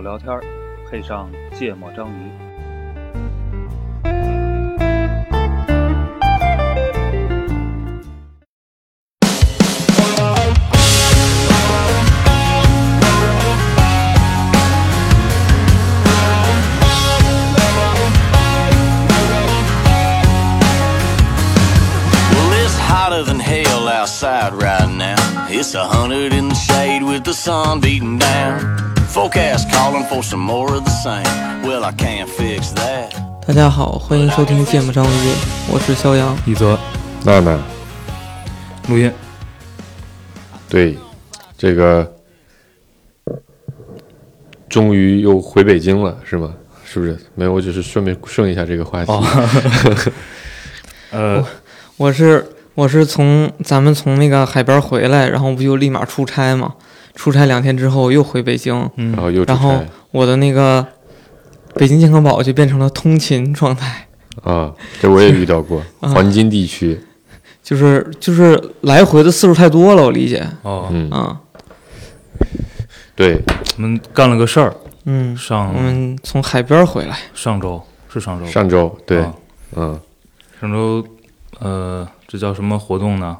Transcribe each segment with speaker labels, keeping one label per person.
Speaker 1: 聊天，配上芥末章鱼。
Speaker 2: Well, it's hotter than hell outside right now. It's a hundred in the shade with the sun beating down. Forecast calling for some more of the same. Well, I can't fix that.
Speaker 3: 大家好，欢迎收听《芥末章鱼》，我是肖阳。
Speaker 4: 一则
Speaker 5: 娜娜，
Speaker 4: 录音，
Speaker 5: 对，这个终于又回北京了，是吗？是不是？没有，我只是顺便顺一下这个话题。
Speaker 3: 哦
Speaker 4: 呃，
Speaker 3: 我是我是从咱们从那个海边回来，然后不就立马出差嘛？出差两天之后又回北京，
Speaker 5: 然后又出
Speaker 3: 然后
Speaker 5: 差
Speaker 3: 我的那个北京健康宝就变成了通勤状态，
Speaker 5: 啊，这我也遇 到过，
Speaker 3: 嗯
Speaker 5: 黄金地区，
Speaker 3: 就是就是来回的次数太多了，我理解
Speaker 4: 哦，
Speaker 5: 嗯，
Speaker 3: 啊，
Speaker 5: 对，
Speaker 4: 我们干了个事儿，
Speaker 3: 嗯，
Speaker 4: 上
Speaker 3: 我们从海边回来，
Speaker 4: 上周是上周吧，
Speaker 5: 上周对，
Speaker 3: 哦
Speaker 4: 啊
Speaker 5: 嗯，
Speaker 4: 上周，呃，这叫什么活动呢？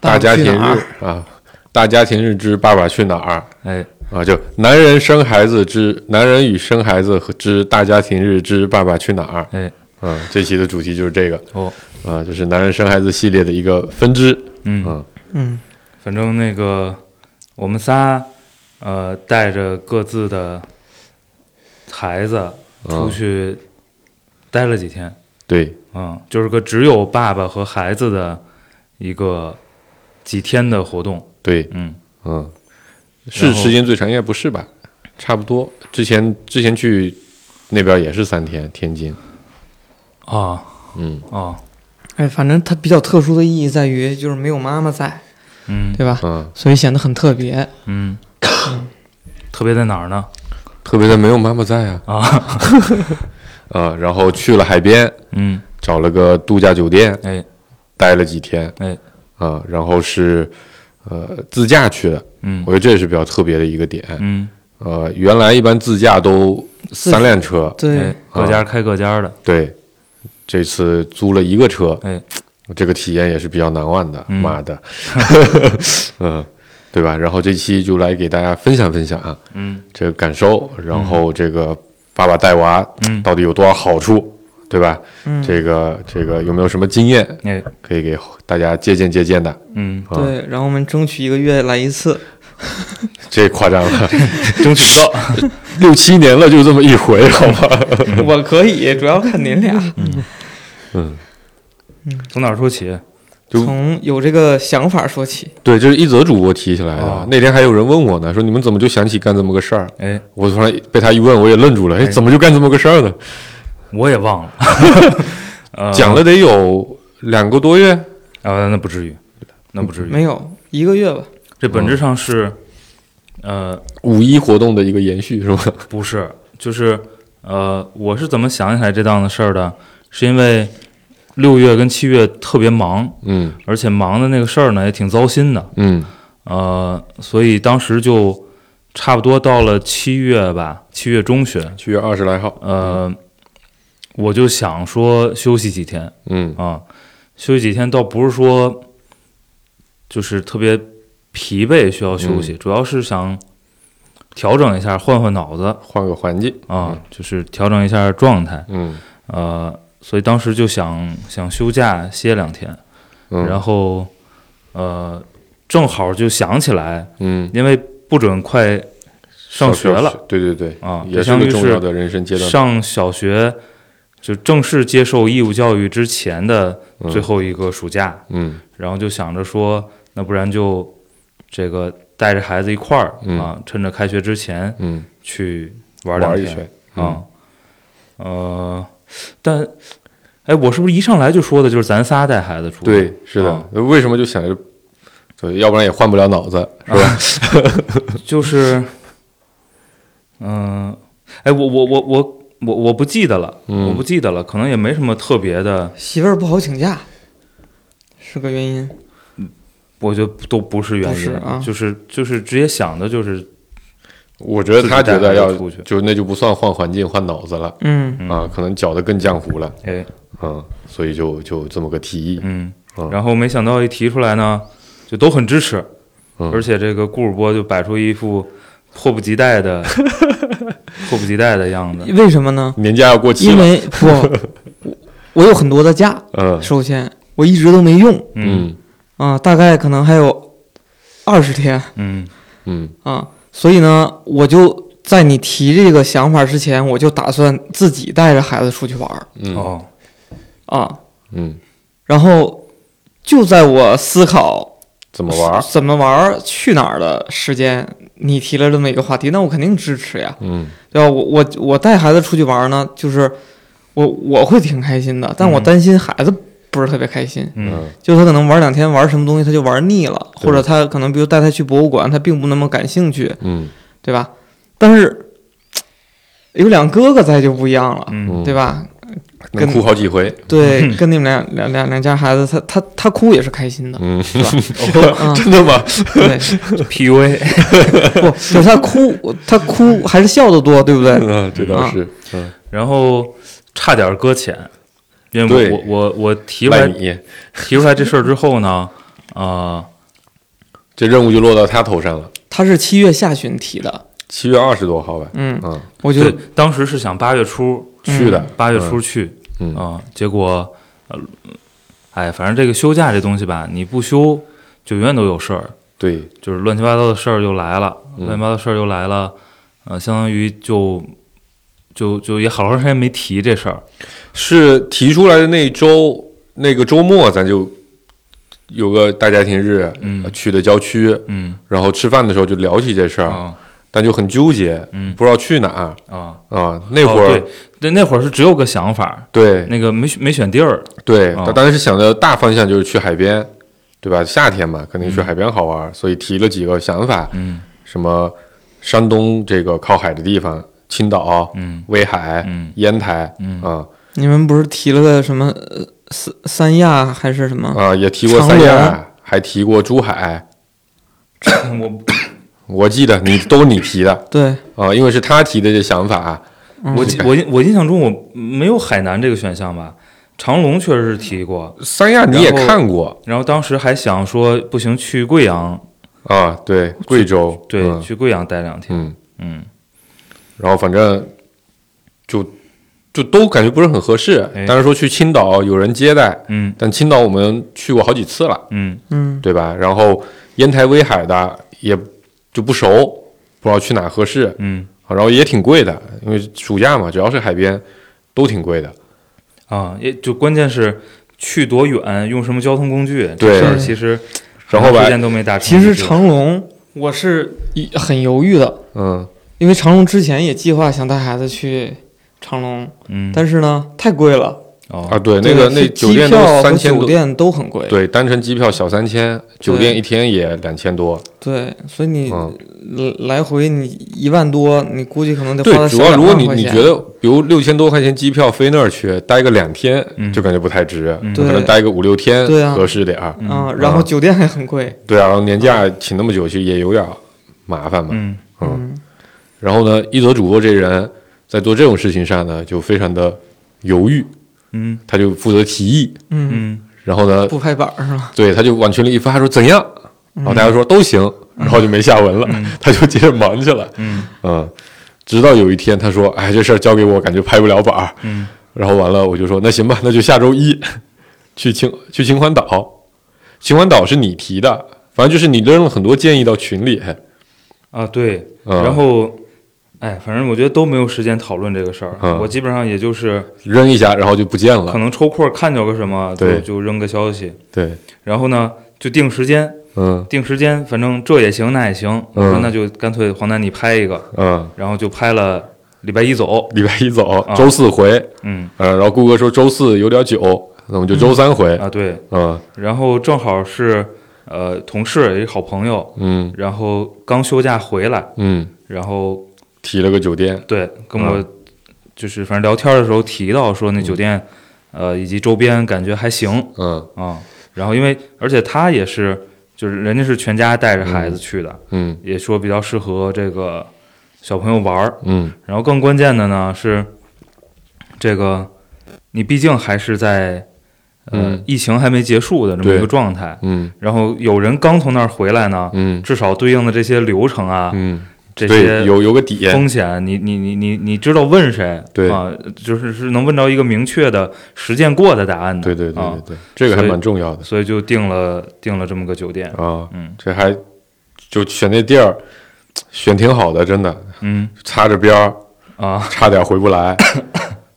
Speaker 5: 大家
Speaker 3: 去
Speaker 5: 庭
Speaker 3: 哪儿
Speaker 5: 日啊，大家庭日之爸爸去哪儿
Speaker 4: 哎，
Speaker 5: 啊？就男人生孩子之男人与生孩子和之大家庭日之爸爸去哪儿？
Speaker 4: 哎，
Speaker 5: 嗯，这期的主题就是这个
Speaker 4: 哦，
Speaker 5: 啊，就是男人生孩子系列的一个分支。
Speaker 4: 嗯，
Speaker 5: 嗯，
Speaker 3: 嗯，
Speaker 4: 反正那个我们仨，呃，带着各自的孩子
Speaker 5: 嗯
Speaker 4: 出去待了几天，
Speaker 5: 对，
Speaker 4: 嗯，就是个只有爸爸和孩子的一个几天的活动，
Speaker 5: 对，
Speaker 4: 嗯，
Speaker 5: 嗯，是
Speaker 4: 然后
Speaker 5: 时间最长，应该不是吧？差不多，之前之前去那边也是三天，天津。
Speaker 4: 啊
Speaker 5: 嗯，
Speaker 4: 啊，
Speaker 3: 哎，反正它比较特殊的意义在于就是没有妈妈在，
Speaker 4: 嗯
Speaker 3: 对吧？
Speaker 5: 嗯，
Speaker 3: 所以显得很特别。
Speaker 4: 嗯，特别在哪儿呢？
Speaker 5: 特别的没有妈妈在啊
Speaker 4: 啊，
Speaker 5: 啊，然后去了海边，
Speaker 4: 嗯，
Speaker 5: 找了个度假酒店
Speaker 4: 哎
Speaker 5: 待了几天
Speaker 4: 哎，
Speaker 5: 啊，然后是呃自驾去的，
Speaker 4: 嗯
Speaker 5: 我觉得这也是比较特别的一个点。
Speaker 4: 嗯，
Speaker 5: 呃，原来一般自驾都三辆车，
Speaker 3: 对，
Speaker 4: 哎，各家开各家的，
Speaker 5: 对，这次租了一个车，
Speaker 4: 哎，
Speaker 5: 这个体验也是比较难忘的，
Speaker 4: 嗯
Speaker 5: 妈的， 嗯，对吧？然后这期就来给大家分享分享啊，
Speaker 4: 嗯
Speaker 5: 这个感受，然后这个爸爸带娃
Speaker 4: 嗯，
Speaker 5: 到底有多少好处，对吧？
Speaker 3: 嗯
Speaker 5: 这个这个有没有什么经验
Speaker 4: 哎，
Speaker 5: 可以给大家借鉴借鉴的？
Speaker 4: 嗯，
Speaker 5: 啊，
Speaker 3: 对，然后我们争取一个月来一 次。
Speaker 5: 这夸张 了，
Speaker 4: 争取到，
Speaker 5: 六七年了就这么一回，好吗？
Speaker 3: 我可以，主要看您俩。
Speaker 5: 嗯
Speaker 4: 从哪儿说起？
Speaker 5: 就
Speaker 3: 从有这个想法说起，
Speaker 5: 对，这是一则主播提起来
Speaker 4: 哦
Speaker 5: 的。那天还有人问我呢，说你们怎么就想起干这么个事儿？
Speaker 4: 哎，
Speaker 5: 我突然被他一问，我也愣住了，哎，
Speaker 4: 哎
Speaker 5: 怎么就干这么个事儿呢？
Speaker 4: 我也忘了，呃
Speaker 5: 讲了得有两个多月，
Speaker 4: 啊，那不至于，那不至于，
Speaker 3: 没有一个月吧？
Speaker 4: 这本质上是，呃，
Speaker 5: 五一活动的一个延续是吧？
Speaker 4: 不是，就是呃，我是怎么想起来这档子事儿的？是因为六月跟七月特别忙，
Speaker 5: 嗯
Speaker 4: 而且忙的那个事儿呢也挺糟心的，
Speaker 5: 嗯
Speaker 4: 呃，所以当时就差不多到了七月吧，七月中旬，
Speaker 5: 七月二十来号，
Speaker 4: 呃，我就想说休息几天
Speaker 5: 嗯
Speaker 4: 啊，休息几天倒不是说就是特别疲惫需要休息，
Speaker 5: 嗯
Speaker 4: 主要是想调整一下，换换脑子
Speaker 5: 换个环境，
Speaker 4: 啊，就是调整一下状态，
Speaker 5: 嗯
Speaker 4: 呃，所以当时就想想休假歇两天，
Speaker 5: 嗯，
Speaker 4: 然
Speaker 5: 后
Speaker 4: 后呃，正好就想起来。
Speaker 5: 嗯
Speaker 4: 因为不准快上学了，，
Speaker 5: 对对对
Speaker 4: 啊
Speaker 5: 也
Speaker 4: 相当
Speaker 5: 是个
Speaker 4: 于
Speaker 5: 重
Speaker 4: 是
Speaker 5: 要的人生阶段，
Speaker 4: 上小学就正式接受义务教育之前的
Speaker 5: 嗯
Speaker 4: 最后一个暑假，
Speaker 5: 嗯
Speaker 4: 然后就想着说，那不然就这个带着孩子一块儿、
Speaker 5: 嗯
Speaker 4: 啊，趁着开学之前
Speaker 5: 嗯，
Speaker 4: 去玩两
Speaker 5: 玩
Speaker 4: 天
Speaker 5: 一圈，嗯
Speaker 4: 啊，呃，但哎，我是不是一上来就说的就是咱仨带孩子出去？
Speaker 5: 对，是
Speaker 4: 啊
Speaker 5: 的，为什么就想着，对，要不然也换不了脑子，是吧？
Speaker 4: 就是，嗯、哎，我我我我我我不记得了，
Speaker 5: 嗯
Speaker 4: 我不记得了，可能也没什么特别的，
Speaker 3: 媳妇儿不好请假，是个原因。
Speaker 4: 我觉得都不是原
Speaker 3: 不是
Speaker 4: 因，
Speaker 3: 啊
Speaker 4: 就是就是直接想的就是
Speaker 5: 我觉得他觉得要
Speaker 4: 自己带孩子出去
Speaker 5: 就那就不算换环境换脑子了、
Speaker 3: 嗯
Speaker 5: 啊，可能搅得更浆糊了，
Speaker 4: 哎，
Speaker 5: 嗯，所以就就这么个提议，
Speaker 4: 嗯
Speaker 5: 嗯，
Speaker 4: 然后没想到一提出来呢，就都很支持，
Speaker 5: 嗯
Speaker 4: 而且这个顾主播就摆出一副迫不及待 的、迫不及待的样子。
Speaker 3: 为什么呢？
Speaker 5: 年假要过期
Speaker 3: 因
Speaker 5: 嗯了，
Speaker 3: 为不，我我有很多的假，
Speaker 5: 嗯
Speaker 3: 首先我一直都没用
Speaker 4: 嗯
Speaker 5: 嗯
Speaker 3: 啊，大概可能还有二十天
Speaker 4: 嗯
Speaker 5: 嗯
Speaker 3: 啊，所以呢，我就在你提这个想法之前，我就打算自己带着孩子出去玩儿
Speaker 5: 嗯
Speaker 4: 哦，
Speaker 3: 啊，
Speaker 5: 嗯，
Speaker 3: 然后就在我思考
Speaker 5: 怎么玩儿？
Speaker 3: 怎么玩儿、去哪儿的时间，你提了这么一个话题，那我肯定支持呀。
Speaker 5: 嗯
Speaker 3: 对吧？我我我带孩子出去玩儿呢，就是我我会挺开心的，但我
Speaker 4: 嗯
Speaker 3: 担心孩子不是特别开心，
Speaker 4: 嗯
Speaker 5: 嗯
Speaker 3: 就他可能玩两天玩什么东西他就玩腻了，
Speaker 5: 对
Speaker 3: 或者他可能比如带他去博物馆，他并不那么感兴趣，
Speaker 5: 嗯
Speaker 3: 对吧？但是有两哥哥在就不一样了，
Speaker 4: 嗯
Speaker 5: 嗯，
Speaker 3: 对吧？
Speaker 5: 能哭好几回，
Speaker 3: 对，跟你们俩两两两家孩子，他他他哭也是开心的，
Speaker 5: 嗯，
Speaker 3: 对吧？嗯
Speaker 5: 真的吗？
Speaker 3: 对，
Speaker 5: 嗯
Speaker 4: ，PUA，
Speaker 3: 不，就是他哭，他哭还是笑的多，对不对？
Speaker 5: 嗯，这倒是，嗯，
Speaker 4: 然后差点搁浅，因
Speaker 5: 对
Speaker 4: 为我我我提出
Speaker 5: 赖
Speaker 4: 来
Speaker 5: 你，
Speaker 4: 提出来这事儿之后呢，啊，
Speaker 5: 这任务就落到他头上了。
Speaker 3: 他是七月下旬提的，
Speaker 5: 七月二十多号吧，
Speaker 3: 嗯，
Speaker 5: 嗯，
Speaker 3: 我觉
Speaker 4: 对
Speaker 3: 得，
Speaker 4: 当时是想八月初
Speaker 5: 去的
Speaker 4: 八月初，去，
Speaker 5: 嗯嗯
Speaker 4: 啊、结果，呃，哎，反正这个休假这东西吧，你不休就永远都有事儿，
Speaker 5: 对，
Speaker 4: 就是乱七八糟的事儿又来了，
Speaker 5: 嗯
Speaker 4: 乱七八糟的事儿又来了，呃，相当于就就就也好长时间没提这事儿，
Speaker 5: 是提出来的那一周，那个周末咱就有个大家庭日，
Speaker 4: 嗯
Speaker 5: 呃去的郊区，
Speaker 4: 嗯
Speaker 5: 然后吃饭的时候就聊起这事儿，
Speaker 4: 啊
Speaker 5: 但就很纠结，
Speaker 4: 嗯
Speaker 5: 不知道去哪儿
Speaker 4: 啊，
Speaker 5: 啊。那
Speaker 4: 哦
Speaker 5: 会儿
Speaker 4: 对，那那会儿是只有个想法，
Speaker 5: 对
Speaker 4: 那个没选没选地儿，
Speaker 5: 对，
Speaker 4: 啊
Speaker 5: 他当时想的大方向就是去海边，对吧？夏天嘛，肯定去海边好玩，所以提了几个想法，
Speaker 4: 嗯
Speaker 5: 什么山东这个靠海的地方，青岛、
Speaker 4: 嗯
Speaker 5: 威海、
Speaker 4: 嗯
Speaker 5: 烟台
Speaker 4: 嗯
Speaker 5: 啊
Speaker 3: 你们不是提了个什么呃三三亚还是什么？
Speaker 5: 啊，也提过
Speaker 3: 长
Speaker 5: 三
Speaker 3: 隆
Speaker 5: 亚，还提过珠海。
Speaker 4: 嗯我
Speaker 5: 我记得你都是你提的
Speaker 3: 对，
Speaker 5: 啊、因为是他提的这想法，啊
Speaker 3: 嗯
Speaker 4: 我记我印我印象中我没有海南这个选项吧，长隆确实是提过，
Speaker 5: 三亚你也
Speaker 4: 然后
Speaker 5: 看过
Speaker 4: 然后当时还想说不行去贵阳。
Speaker 5: 啊，对，贵州，
Speaker 4: 对，
Speaker 5: 嗯
Speaker 4: 去贵阳待两天。
Speaker 5: 嗯，
Speaker 4: 嗯，
Speaker 5: 然后反正就就都感觉不是很合适
Speaker 4: 哎。
Speaker 5: 当时说去青岛有人接待，
Speaker 4: 嗯
Speaker 5: 但青岛我们去过好几次了，
Speaker 4: 嗯
Speaker 3: 嗯，
Speaker 5: 对吧？然后烟台、威海的也就不熟，不知道去哪合适，
Speaker 4: 嗯
Speaker 5: 啊然后也挺贵的，因为暑假嘛，只要是海边都挺贵的。
Speaker 4: 啊，也就关键是去多远，用什么交通工具，这
Speaker 5: 对
Speaker 4: 事儿其实
Speaker 5: 然后
Speaker 4: 很长时
Speaker 5: 吧，
Speaker 4: 间都没达成。
Speaker 3: 其实长隆我是一很犹豫的，
Speaker 5: 嗯
Speaker 3: 因为长隆之前也计划想带孩子去长隆，
Speaker 4: 嗯，
Speaker 3: 但是呢太贵了，
Speaker 5: 啊，
Speaker 4: 哦
Speaker 5: 对，那个
Speaker 3: 对
Speaker 5: 那酒
Speaker 3: 机
Speaker 5: 店都
Speaker 3: 票和
Speaker 5: 三千
Speaker 3: 酒
Speaker 5: 多，
Speaker 3: 店都很贵，
Speaker 5: 对，单程机票小三千，酒店
Speaker 3: 对
Speaker 5: 一天也两千多。
Speaker 3: 对所以你
Speaker 5: 嗯
Speaker 3: 来来回你一万多，你估计可能得花
Speaker 5: 对，
Speaker 3: 到
Speaker 5: 主
Speaker 3: 小
Speaker 5: 要
Speaker 3: 两
Speaker 5: 如果
Speaker 3: 万
Speaker 5: 你
Speaker 3: 块
Speaker 5: 你
Speaker 3: 钱
Speaker 5: 觉得，比如六千多块钱机票飞那儿去待个两天，
Speaker 4: 嗯
Speaker 5: 就感觉不太值，
Speaker 4: 嗯
Speaker 5: 就可能
Speaker 3: 对
Speaker 5: 待个五六天
Speaker 3: 对啊
Speaker 5: 合适点儿。
Speaker 3: 啊，然后酒店还很贵，
Speaker 5: 对啊，然后年假请那么久，其实也有点麻烦嘛。
Speaker 4: 嗯
Speaker 3: 嗯
Speaker 5: 然后呢，一泽主播这人在做这种事情上呢，就非常的犹豫，
Speaker 4: 嗯
Speaker 5: 他就负责提议，
Speaker 3: 嗯，
Speaker 4: 嗯
Speaker 5: 然后呢，
Speaker 3: 不拍板儿是吧？
Speaker 5: 对，他就往群里一发说怎样，
Speaker 4: 嗯
Speaker 5: 然后大家说都行，然后就没下文了， 他就接着忙去了，
Speaker 4: 嗯
Speaker 5: 嗯，直到有一天他说，哎，这事儿交给我，感觉拍不了板儿，
Speaker 4: 嗯
Speaker 5: 然后完了我就说那行吧，那就下周一 去秦去秦皇岛，秦皇岛是你提的，反正就是你扔了很多建议到群里，哎
Speaker 4: 啊，对，
Speaker 5: 嗯
Speaker 4: 然后。哎，反正我觉得都没有时间讨论这个事儿，
Speaker 5: 嗯
Speaker 4: 我基本上也就是
Speaker 5: 扔一下，然后就不见
Speaker 4: 可
Speaker 5: 了，
Speaker 4: 能抽空看着个什么，就
Speaker 5: 对
Speaker 4: 就扔个消息，
Speaker 5: 对，
Speaker 4: 然后呢就定时间，
Speaker 5: 嗯
Speaker 4: 定时间，反正这也行那也行，我说那就干脆黄丹你拍一个，
Speaker 5: 嗯，
Speaker 4: 然后就拍了礼拜一走，
Speaker 5: 礼拜一走，
Speaker 4: 啊
Speaker 5: 周四回，
Speaker 4: 嗯
Speaker 5: 呃，然后顾哥说周四有点久，那我们就周三回，
Speaker 4: 啊对，
Speaker 5: 嗯
Speaker 4: 然后正好是呃同事一个好朋友，
Speaker 5: 嗯
Speaker 4: 然后刚休假回来，
Speaker 5: 嗯，
Speaker 4: 然后
Speaker 5: 提了个酒店。
Speaker 4: 对跟我、
Speaker 5: 嗯
Speaker 4: 就是反正聊天的时候提到说那酒店、呃以及周边感觉还行
Speaker 5: 嗯
Speaker 4: 啊，然后因为而且他也是就是人家是全家带着孩子去的，
Speaker 5: 嗯
Speaker 4: 也说比较适合这个小朋友玩儿。
Speaker 5: 嗯
Speaker 4: 然后更关键的呢是，这个你毕竟还是在呃、
Speaker 5: 嗯
Speaker 4: 疫情还没结束的这么
Speaker 5: 对
Speaker 4: 一个状态，
Speaker 5: 嗯
Speaker 4: 然后有人刚从那儿回来呢，
Speaker 5: 嗯
Speaker 4: 至少对应的这些流程啊，
Speaker 5: 嗯，
Speaker 4: 这
Speaker 5: 对，
Speaker 4: 些
Speaker 5: 有有个底，
Speaker 4: 风险，你你你你你知道问谁？
Speaker 5: 对
Speaker 4: 啊，就是是能问到一个明确的实践过的答案的。
Speaker 5: 对对对
Speaker 4: 啊
Speaker 5: 对，对，这个还
Speaker 4: 所以
Speaker 5: 蛮重要的
Speaker 4: 所以就定了定了这么个酒店。
Speaker 5: 啊。
Speaker 4: 嗯
Speaker 5: 这还就选那地儿，选挺好的，真的，
Speaker 4: 嗯
Speaker 5: 擦着边儿，
Speaker 4: 啊
Speaker 5: 差点回不来。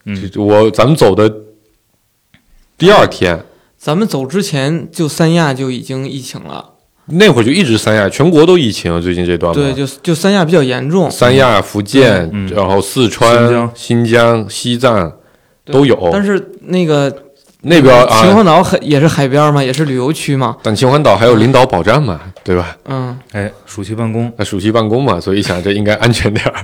Speaker 4: 嗯
Speaker 5: 这我咱们走的第二天，
Speaker 3: 咱们走之前就三亚就已经疫情了，
Speaker 5: 那会儿就一直三亚，全国都疫情，最近这段嘛
Speaker 3: 对，就就三亚比较严重，
Speaker 5: 啊三亚、福建，
Speaker 4: 嗯嗯
Speaker 5: 然后四川、
Speaker 4: 新疆
Speaker 5: 新疆西藏都有。
Speaker 3: 但是那个
Speaker 5: 那边
Speaker 3: 秦
Speaker 5: 哦啊，
Speaker 3: 皇岛海也是海边嘛，也是旅游区嘛，
Speaker 5: 但秦皇岛还有领导保障嘛，对吧？
Speaker 3: 嗯，
Speaker 4: 哎，暑期办公，
Speaker 5: 那暑期办公嘛，所以一想这应该安全点儿，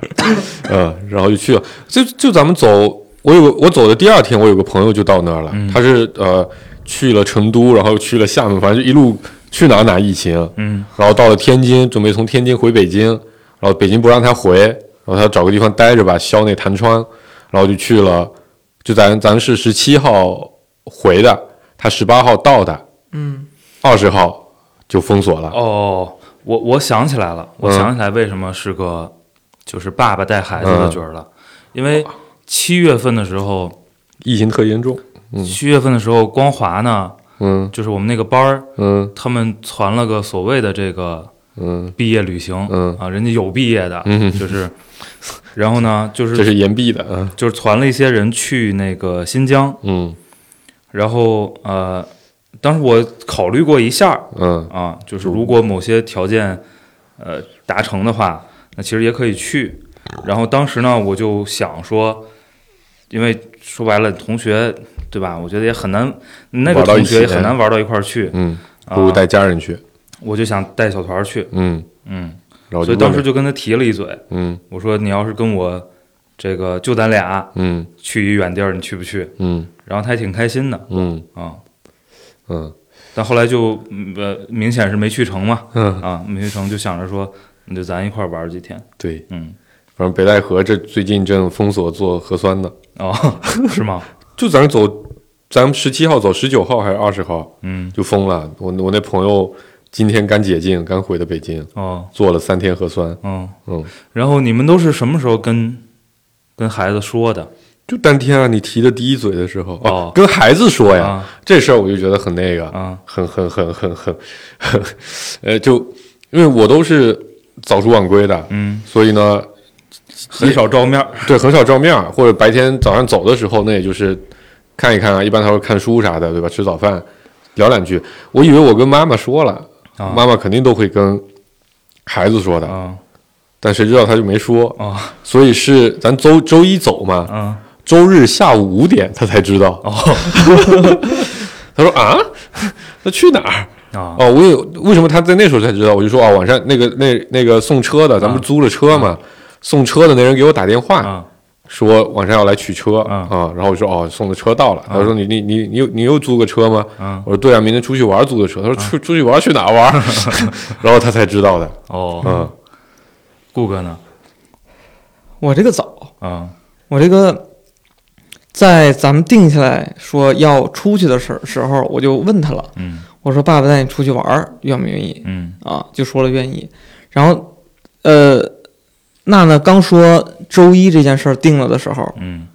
Speaker 5: 嗯，然后就去了。就就咱们走，我有个我走的第二天，我有个朋友就到那儿了，
Speaker 4: 嗯
Speaker 5: 他是呃去了成都，然后去了厦门，反正就一路去哪儿哪儿疫情，
Speaker 4: 嗯，
Speaker 5: 然后到了天津，准备从天津回北京，然后北京不让他回，然后他找个地方待着吧，消那弹窗，然后就去了，就咱咱是十七号回的，他十八号到的，
Speaker 3: 嗯，
Speaker 5: 二十号就封锁了，
Speaker 4: 哦，我我想起来了，
Speaker 5: 嗯
Speaker 4: 我想起来为什么是个就是爸爸带孩子的角儿了，
Speaker 5: 嗯
Speaker 4: 因为七月份的时候，
Speaker 5: 疫情特严重，
Speaker 4: 七月份的时候，光华呢，
Speaker 5: 嗯
Speaker 4: 就是我们那个班儿，
Speaker 5: 嗯
Speaker 4: 他们传了个所谓的这个
Speaker 5: 嗯。
Speaker 4: 毕业旅行，
Speaker 5: 嗯
Speaker 4: 啊，人家有毕业的，
Speaker 5: 嗯
Speaker 4: 就是，然后呢，就是
Speaker 5: 这是岩壁的，嗯
Speaker 4: 就是传了一些人去那个新疆，
Speaker 5: 嗯
Speaker 4: 然后呃，当时我考虑过一下儿
Speaker 5: 嗯
Speaker 4: 啊，就是如果某些条件呃达成的话，那其实也可以去。然后当时呢，我就想说，因为说白了，同学对吧？我觉得也很难，那个
Speaker 5: 玩到一
Speaker 4: 同
Speaker 5: 起
Speaker 4: 学也很难玩到一块儿去，
Speaker 5: 嗯，
Speaker 4: 啊
Speaker 5: 不如带家人去，
Speaker 4: 我就想带小团儿去，
Speaker 5: 嗯，
Speaker 4: 嗯，
Speaker 5: 然后
Speaker 4: 所
Speaker 5: 就
Speaker 4: 以当
Speaker 5: 问
Speaker 4: 时
Speaker 5: 了，
Speaker 4: 就跟他提了一嘴，
Speaker 5: 嗯
Speaker 4: 我说你要是跟我这个就咱俩
Speaker 5: 嗯
Speaker 4: 去一远地儿，你去不去？
Speaker 5: 嗯
Speaker 4: 然后他还挺开心的
Speaker 5: 嗯
Speaker 4: 啊，
Speaker 5: 嗯
Speaker 4: 但后来就嗯呃明显是没去成嘛，
Speaker 5: 嗯，
Speaker 4: 啊，没去成就想着说，那就咱一块儿玩儿几天，
Speaker 5: 对，
Speaker 4: 嗯，
Speaker 5: 反正北戴河这最近正封锁做核酸的，
Speaker 4: 哦， 是吗？
Speaker 5: 就咱走，咱们十七号走，十九号还是二十号
Speaker 4: 嗯，
Speaker 5: 就封了。我我那朋友今天刚解禁，刚回的北京，
Speaker 4: 哦，
Speaker 5: 做了三天核酸，
Speaker 4: 嗯
Speaker 5: 嗯，
Speaker 4: 然后你们都是什么时候跟跟孩子说的？
Speaker 5: 就当天啊，你提的第一嘴的时候，
Speaker 4: 哦
Speaker 5: 跟孩子说呀，
Speaker 4: 啊
Speaker 5: 这事儿我就觉得很那个，
Speaker 4: 啊，
Speaker 5: 很很很很很很，呃，就因为我都是早出晚归的，
Speaker 4: 嗯，
Speaker 5: 所以呢，
Speaker 4: 很少照面儿，
Speaker 5: 对，很少照面儿，或者白天早上走的时候，那也就是看一看啊，一般他会看书啥的，对吧？吃早饭，聊两句。我以为我跟妈妈说了，
Speaker 4: 啊
Speaker 5: 妈妈肯定都会跟孩子说的，
Speaker 4: 啊
Speaker 5: 但谁知道他就没说，
Speaker 4: 啊
Speaker 5: 所以是咱周周一走嘛，
Speaker 4: 啊，
Speaker 5: 周日下午五点他才知道。
Speaker 4: 哦
Speaker 5: 他说啊， 那去哪儿？
Speaker 4: 啊
Speaker 5: 哦，我有为什么他在那时候才知道？我就说啊，晚上那个那那个送车的，咱们
Speaker 4: 啊
Speaker 5: 租了车嘛，送车的那人给我打电话，
Speaker 4: 啊
Speaker 5: 说晚上要来取车
Speaker 4: 啊
Speaker 5: 然后我说哦，送的车
Speaker 3: 啊
Speaker 5: 到了。他说你你你你又你又租个车吗？
Speaker 4: 啊
Speaker 5: 我说对啊，明天出去玩租的车。他
Speaker 3: 啊
Speaker 5: 说出出去玩去哪 儿玩？然后他才知道的。
Speaker 4: 哦，
Speaker 5: 嗯
Speaker 4: 顾哥呢？
Speaker 3: 我这个早，
Speaker 4: 啊
Speaker 3: 我这个在咱们定下来说要出去的时时候，我就问他了，
Speaker 4: 嗯
Speaker 3: 我说爸爸带你出去玩儿，愿不愿意？
Speaker 4: 嗯
Speaker 3: 啊，就说了愿意。然后，呃，娜娜刚说周一这件事儿定了的时候，
Speaker 4: 嗯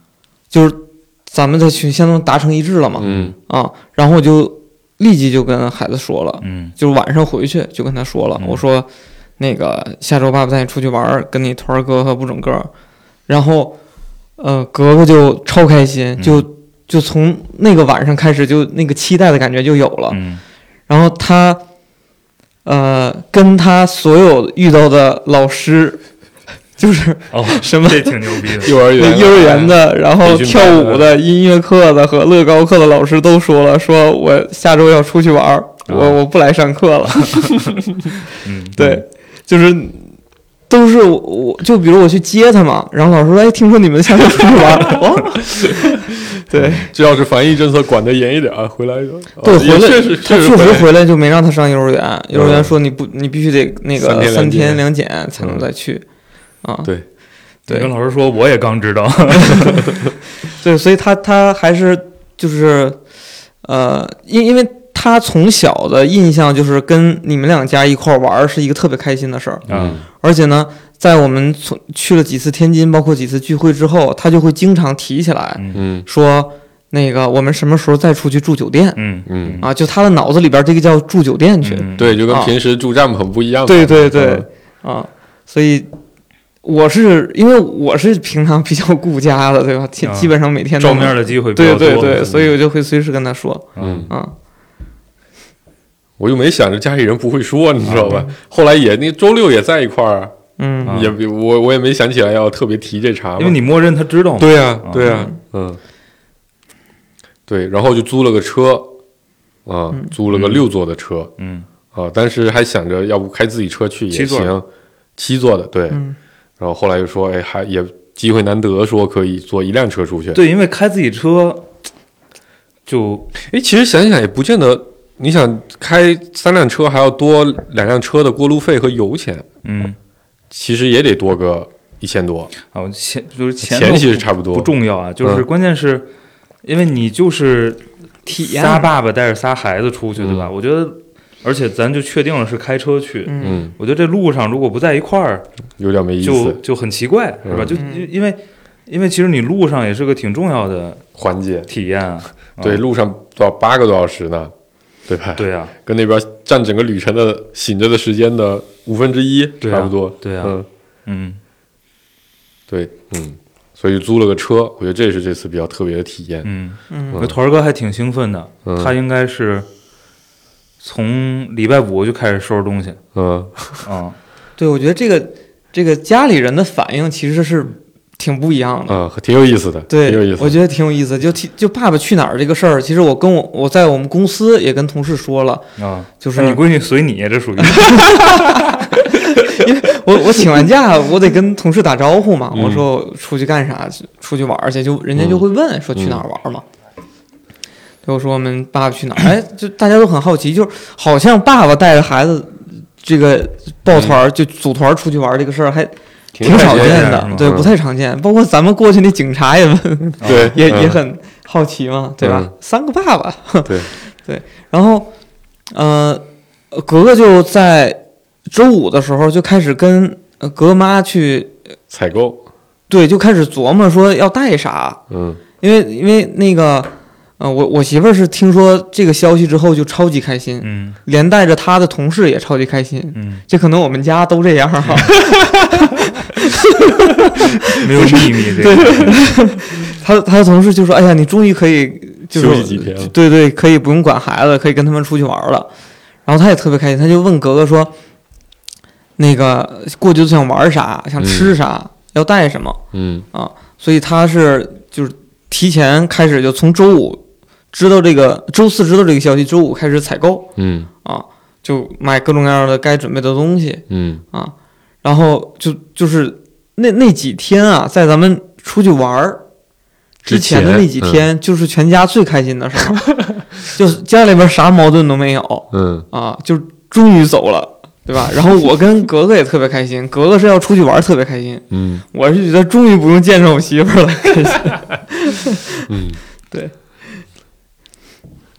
Speaker 3: 就是咱们在群相当于达成一致了嘛，
Speaker 5: 嗯
Speaker 3: 啊，然后我就立即就跟孩子说了，
Speaker 4: 嗯
Speaker 3: 就是晚上回去就跟他说了，
Speaker 4: 嗯
Speaker 3: 我说那个下周爸爸带你出去玩儿，跟你团儿哥和不准哥儿，然后呃，格格就超开
Speaker 4: 嗯
Speaker 3: 心，就、就从那个晚上开始就那个期待的感觉就有
Speaker 5: 啊
Speaker 3: 了，
Speaker 4: 嗯
Speaker 3: 然后他，呃，跟他所有遇到的老师， 就是
Speaker 4: 哦，
Speaker 3: 什么
Speaker 4: 这挺牛逼的，
Speaker 5: 幼儿
Speaker 3: 那
Speaker 5: 园啊
Speaker 3: 幼儿园的，然后
Speaker 5: 培训
Speaker 3: 跳
Speaker 5: 班的
Speaker 3: 舞的、音乐课的和乐高课的老师都说了，说我下周要出去玩儿，
Speaker 5: 啊
Speaker 3: 我我不来上课 了。
Speaker 4: 嗯，
Speaker 3: 对，就是都是我，我就比如我去接他嘛，然后老师说，哎，听说你们下周出去玩 儿，哦，对
Speaker 5: 这要是防疫政策管得严一点，回来就
Speaker 3: 对，
Speaker 5: 哦
Speaker 3: 回来
Speaker 5: 也确实
Speaker 3: 他
Speaker 5: 确实
Speaker 3: 确实
Speaker 5: 来嗯
Speaker 3: 回来就没让他上幼儿园，幼儿园说你不你必须得那
Speaker 5: 三
Speaker 3: 个
Speaker 5: 天两
Speaker 3: 三
Speaker 5: 检嗯
Speaker 3: 天两检才能再去啊。
Speaker 5: 对，
Speaker 4: 你
Speaker 3: 对
Speaker 4: 跟老师说，我也刚知道。
Speaker 3: 对，所以他他还是就是，呃，因因为他从小的印象就是跟你们两家一块儿玩儿是一个特别开心的事儿，
Speaker 4: 嗯
Speaker 3: 而且呢，在我们从去了几次天津，包括几次聚会之后，他就会经常提起来，
Speaker 5: 嗯
Speaker 3: 说那个我们什么时候再出去住酒店
Speaker 4: 嗯
Speaker 5: 嗯，
Speaker 3: 啊？就他的脑子里边儿这个叫住酒店去，
Speaker 4: 嗯，
Speaker 5: 对，就跟
Speaker 3: 啊
Speaker 5: 平时住帐篷不一样嘛。
Speaker 3: 对对对
Speaker 5: 嗯，
Speaker 3: 啊，所以。我是因为我是平常比较顾家的，对吧？基
Speaker 4: 啊
Speaker 3: 基本上每天都
Speaker 4: 照
Speaker 3: 能
Speaker 4: 面的机会比
Speaker 3: 对
Speaker 4: 较多。嗯
Speaker 3: 对对，所以我就会随时跟他说，
Speaker 5: 嗯，
Speaker 3: 啊，
Speaker 5: 我就没想着家里人不会说，你知道吧？后来也那周六也在一块儿啊，
Speaker 3: 嗯，
Speaker 4: 啊
Speaker 5: 也别我我也没想起来要特别提这茬嘛，
Speaker 4: 因为你默认他知道嘛。
Speaker 5: 对呀、
Speaker 4: 啊
Speaker 5: 对呀、嗯，对，然后就租了个车，啊，租了个六座的车，
Speaker 4: 嗯
Speaker 5: 啊，当时还想着要不开自己车去也
Speaker 4: 七座
Speaker 5: 行，七座的，对，
Speaker 3: 嗯
Speaker 5: 然后后来就说，哎，还也机会难得，说可以坐一辆车出去，，
Speaker 4: 对，因为开自己车就
Speaker 5: 哎，其实想想也不见得，你想开三辆车还要多两辆车的过路费和油钱，
Speaker 4: 嗯
Speaker 5: 其实也得多个一千多，
Speaker 4: 啊，我钱就是钱
Speaker 5: 钱
Speaker 4: 都
Speaker 5: 其实差不多，
Speaker 4: 不重要啊，就是
Speaker 5: 嗯
Speaker 4: 关键是因为你就是
Speaker 3: 体验
Speaker 4: 仨爸爸带着仨孩子出去，对吧？我觉得，而且咱就确定了是开车去。
Speaker 3: 嗯
Speaker 5: 嗯，
Speaker 4: 我觉得这路上如果不在一块儿，
Speaker 5: 有点没意
Speaker 4: 就
Speaker 5: 思，
Speaker 4: 就很奇怪，是吧？
Speaker 5: 嗯
Speaker 4: 就因因为因为其实你路上也是个挺重要的
Speaker 5: 环节，
Speaker 4: 体验 啊。啊
Speaker 5: 对，路上到八个多小时呢，对吧？
Speaker 4: 对啊，
Speaker 5: 跟那边占整个旅程的醒着的时间的五分之一，
Speaker 4: 对啊
Speaker 5: 差不多。
Speaker 4: 对啊
Speaker 5: 嗯，
Speaker 4: 嗯
Speaker 5: 对，嗯，所以租了个车，我觉得这也是这次比较特别的体验。
Speaker 4: 嗯，
Speaker 3: 嗯
Speaker 4: 我觉得团儿哥还挺兴奋的，
Speaker 5: 嗯
Speaker 4: 他应该是从礼拜五就开始收拾 东西
Speaker 5: 嗯，
Speaker 4: 啊。
Speaker 3: 对，我觉得这个这个家里人的反应其实是挺不一样的，
Speaker 5: 啊，挺有意思的，
Speaker 3: 对
Speaker 5: 挺有意，思
Speaker 3: 我
Speaker 5: 的。
Speaker 3: 觉得挺有意思。就提就《爸爸去哪儿》这个事儿，其实我跟我我在我们公司也跟同事说了，
Speaker 4: 啊，
Speaker 3: 就是
Speaker 5: 嗯
Speaker 4: 你闺女随你，啊这 属于
Speaker 3: 我我请完假，我得跟同事打招呼嘛。我说我出去干啥？出去玩儿去，就人家就会问说去哪儿玩儿嘛。对，我说我们爸爸去哪儿？哎，就大家都很好奇，就是好像爸爸带着孩子这个抱团儿就组团儿出去玩儿这个事儿还挺少
Speaker 5: 少
Speaker 4: 见
Speaker 3: 见
Speaker 4: 的是
Speaker 3: 的
Speaker 4: 吗，
Speaker 3: 对，
Speaker 5: 嗯
Speaker 3: 不太常见。包括咱们过去那警察也问，
Speaker 5: 对，
Speaker 3: 也
Speaker 5: 嗯
Speaker 3: 也很好奇嘛，对吧
Speaker 5: 嗯？
Speaker 3: 三个爸爸，
Speaker 5: 对，
Speaker 3: 然后，呃，格格就在周五的时候就开始跟呃格妈去，
Speaker 5: 采购，
Speaker 3: 对，就开始琢磨说要带啥，
Speaker 5: 嗯
Speaker 3: 因为因为那个，呃，我我媳妇儿是听说这个消息之后就超级开心，
Speaker 4: 嗯
Speaker 3: 连带着她的同事也超级开心。
Speaker 4: 嗯，
Speaker 3: 这可能我们家都这样啊哈、
Speaker 4: 没有秘密这个，
Speaker 3: 她她的同事就说：“哎呀，你终于可以就是
Speaker 5: 休息几天了
Speaker 3: 对对，可以不用管孩子，可以跟他们出去玩了。”然后她也特别开心，她就问格格说：“那个过去都想玩啥，想吃啥，要带什么？”
Speaker 5: 嗯
Speaker 3: 所以他是就是提前开始就从周五知道这个，周四知道这个消息，周五开始采购
Speaker 5: 嗯
Speaker 3: 啊，就买各种各样的该准备的东西
Speaker 5: 嗯
Speaker 3: 啊，然后就就是那那几天啊，在咱们出去玩儿。之
Speaker 5: 之前嗯
Speaker 3: 前的那几天，就是全家最开心的时候，就是家里边啥矛盾都没有
Speaker 5: 嗯
Speaker 3: 啊，就终于走了，对吧？然后我跟格格也特别开心，格格是要出去玩儿特别开心，
Speaker 5: 嗯
Speaker 3: 我是觉得终于不用见着我媳妇儿了， 开心。
Speaker 5: 嗯，
Speaker 3: 对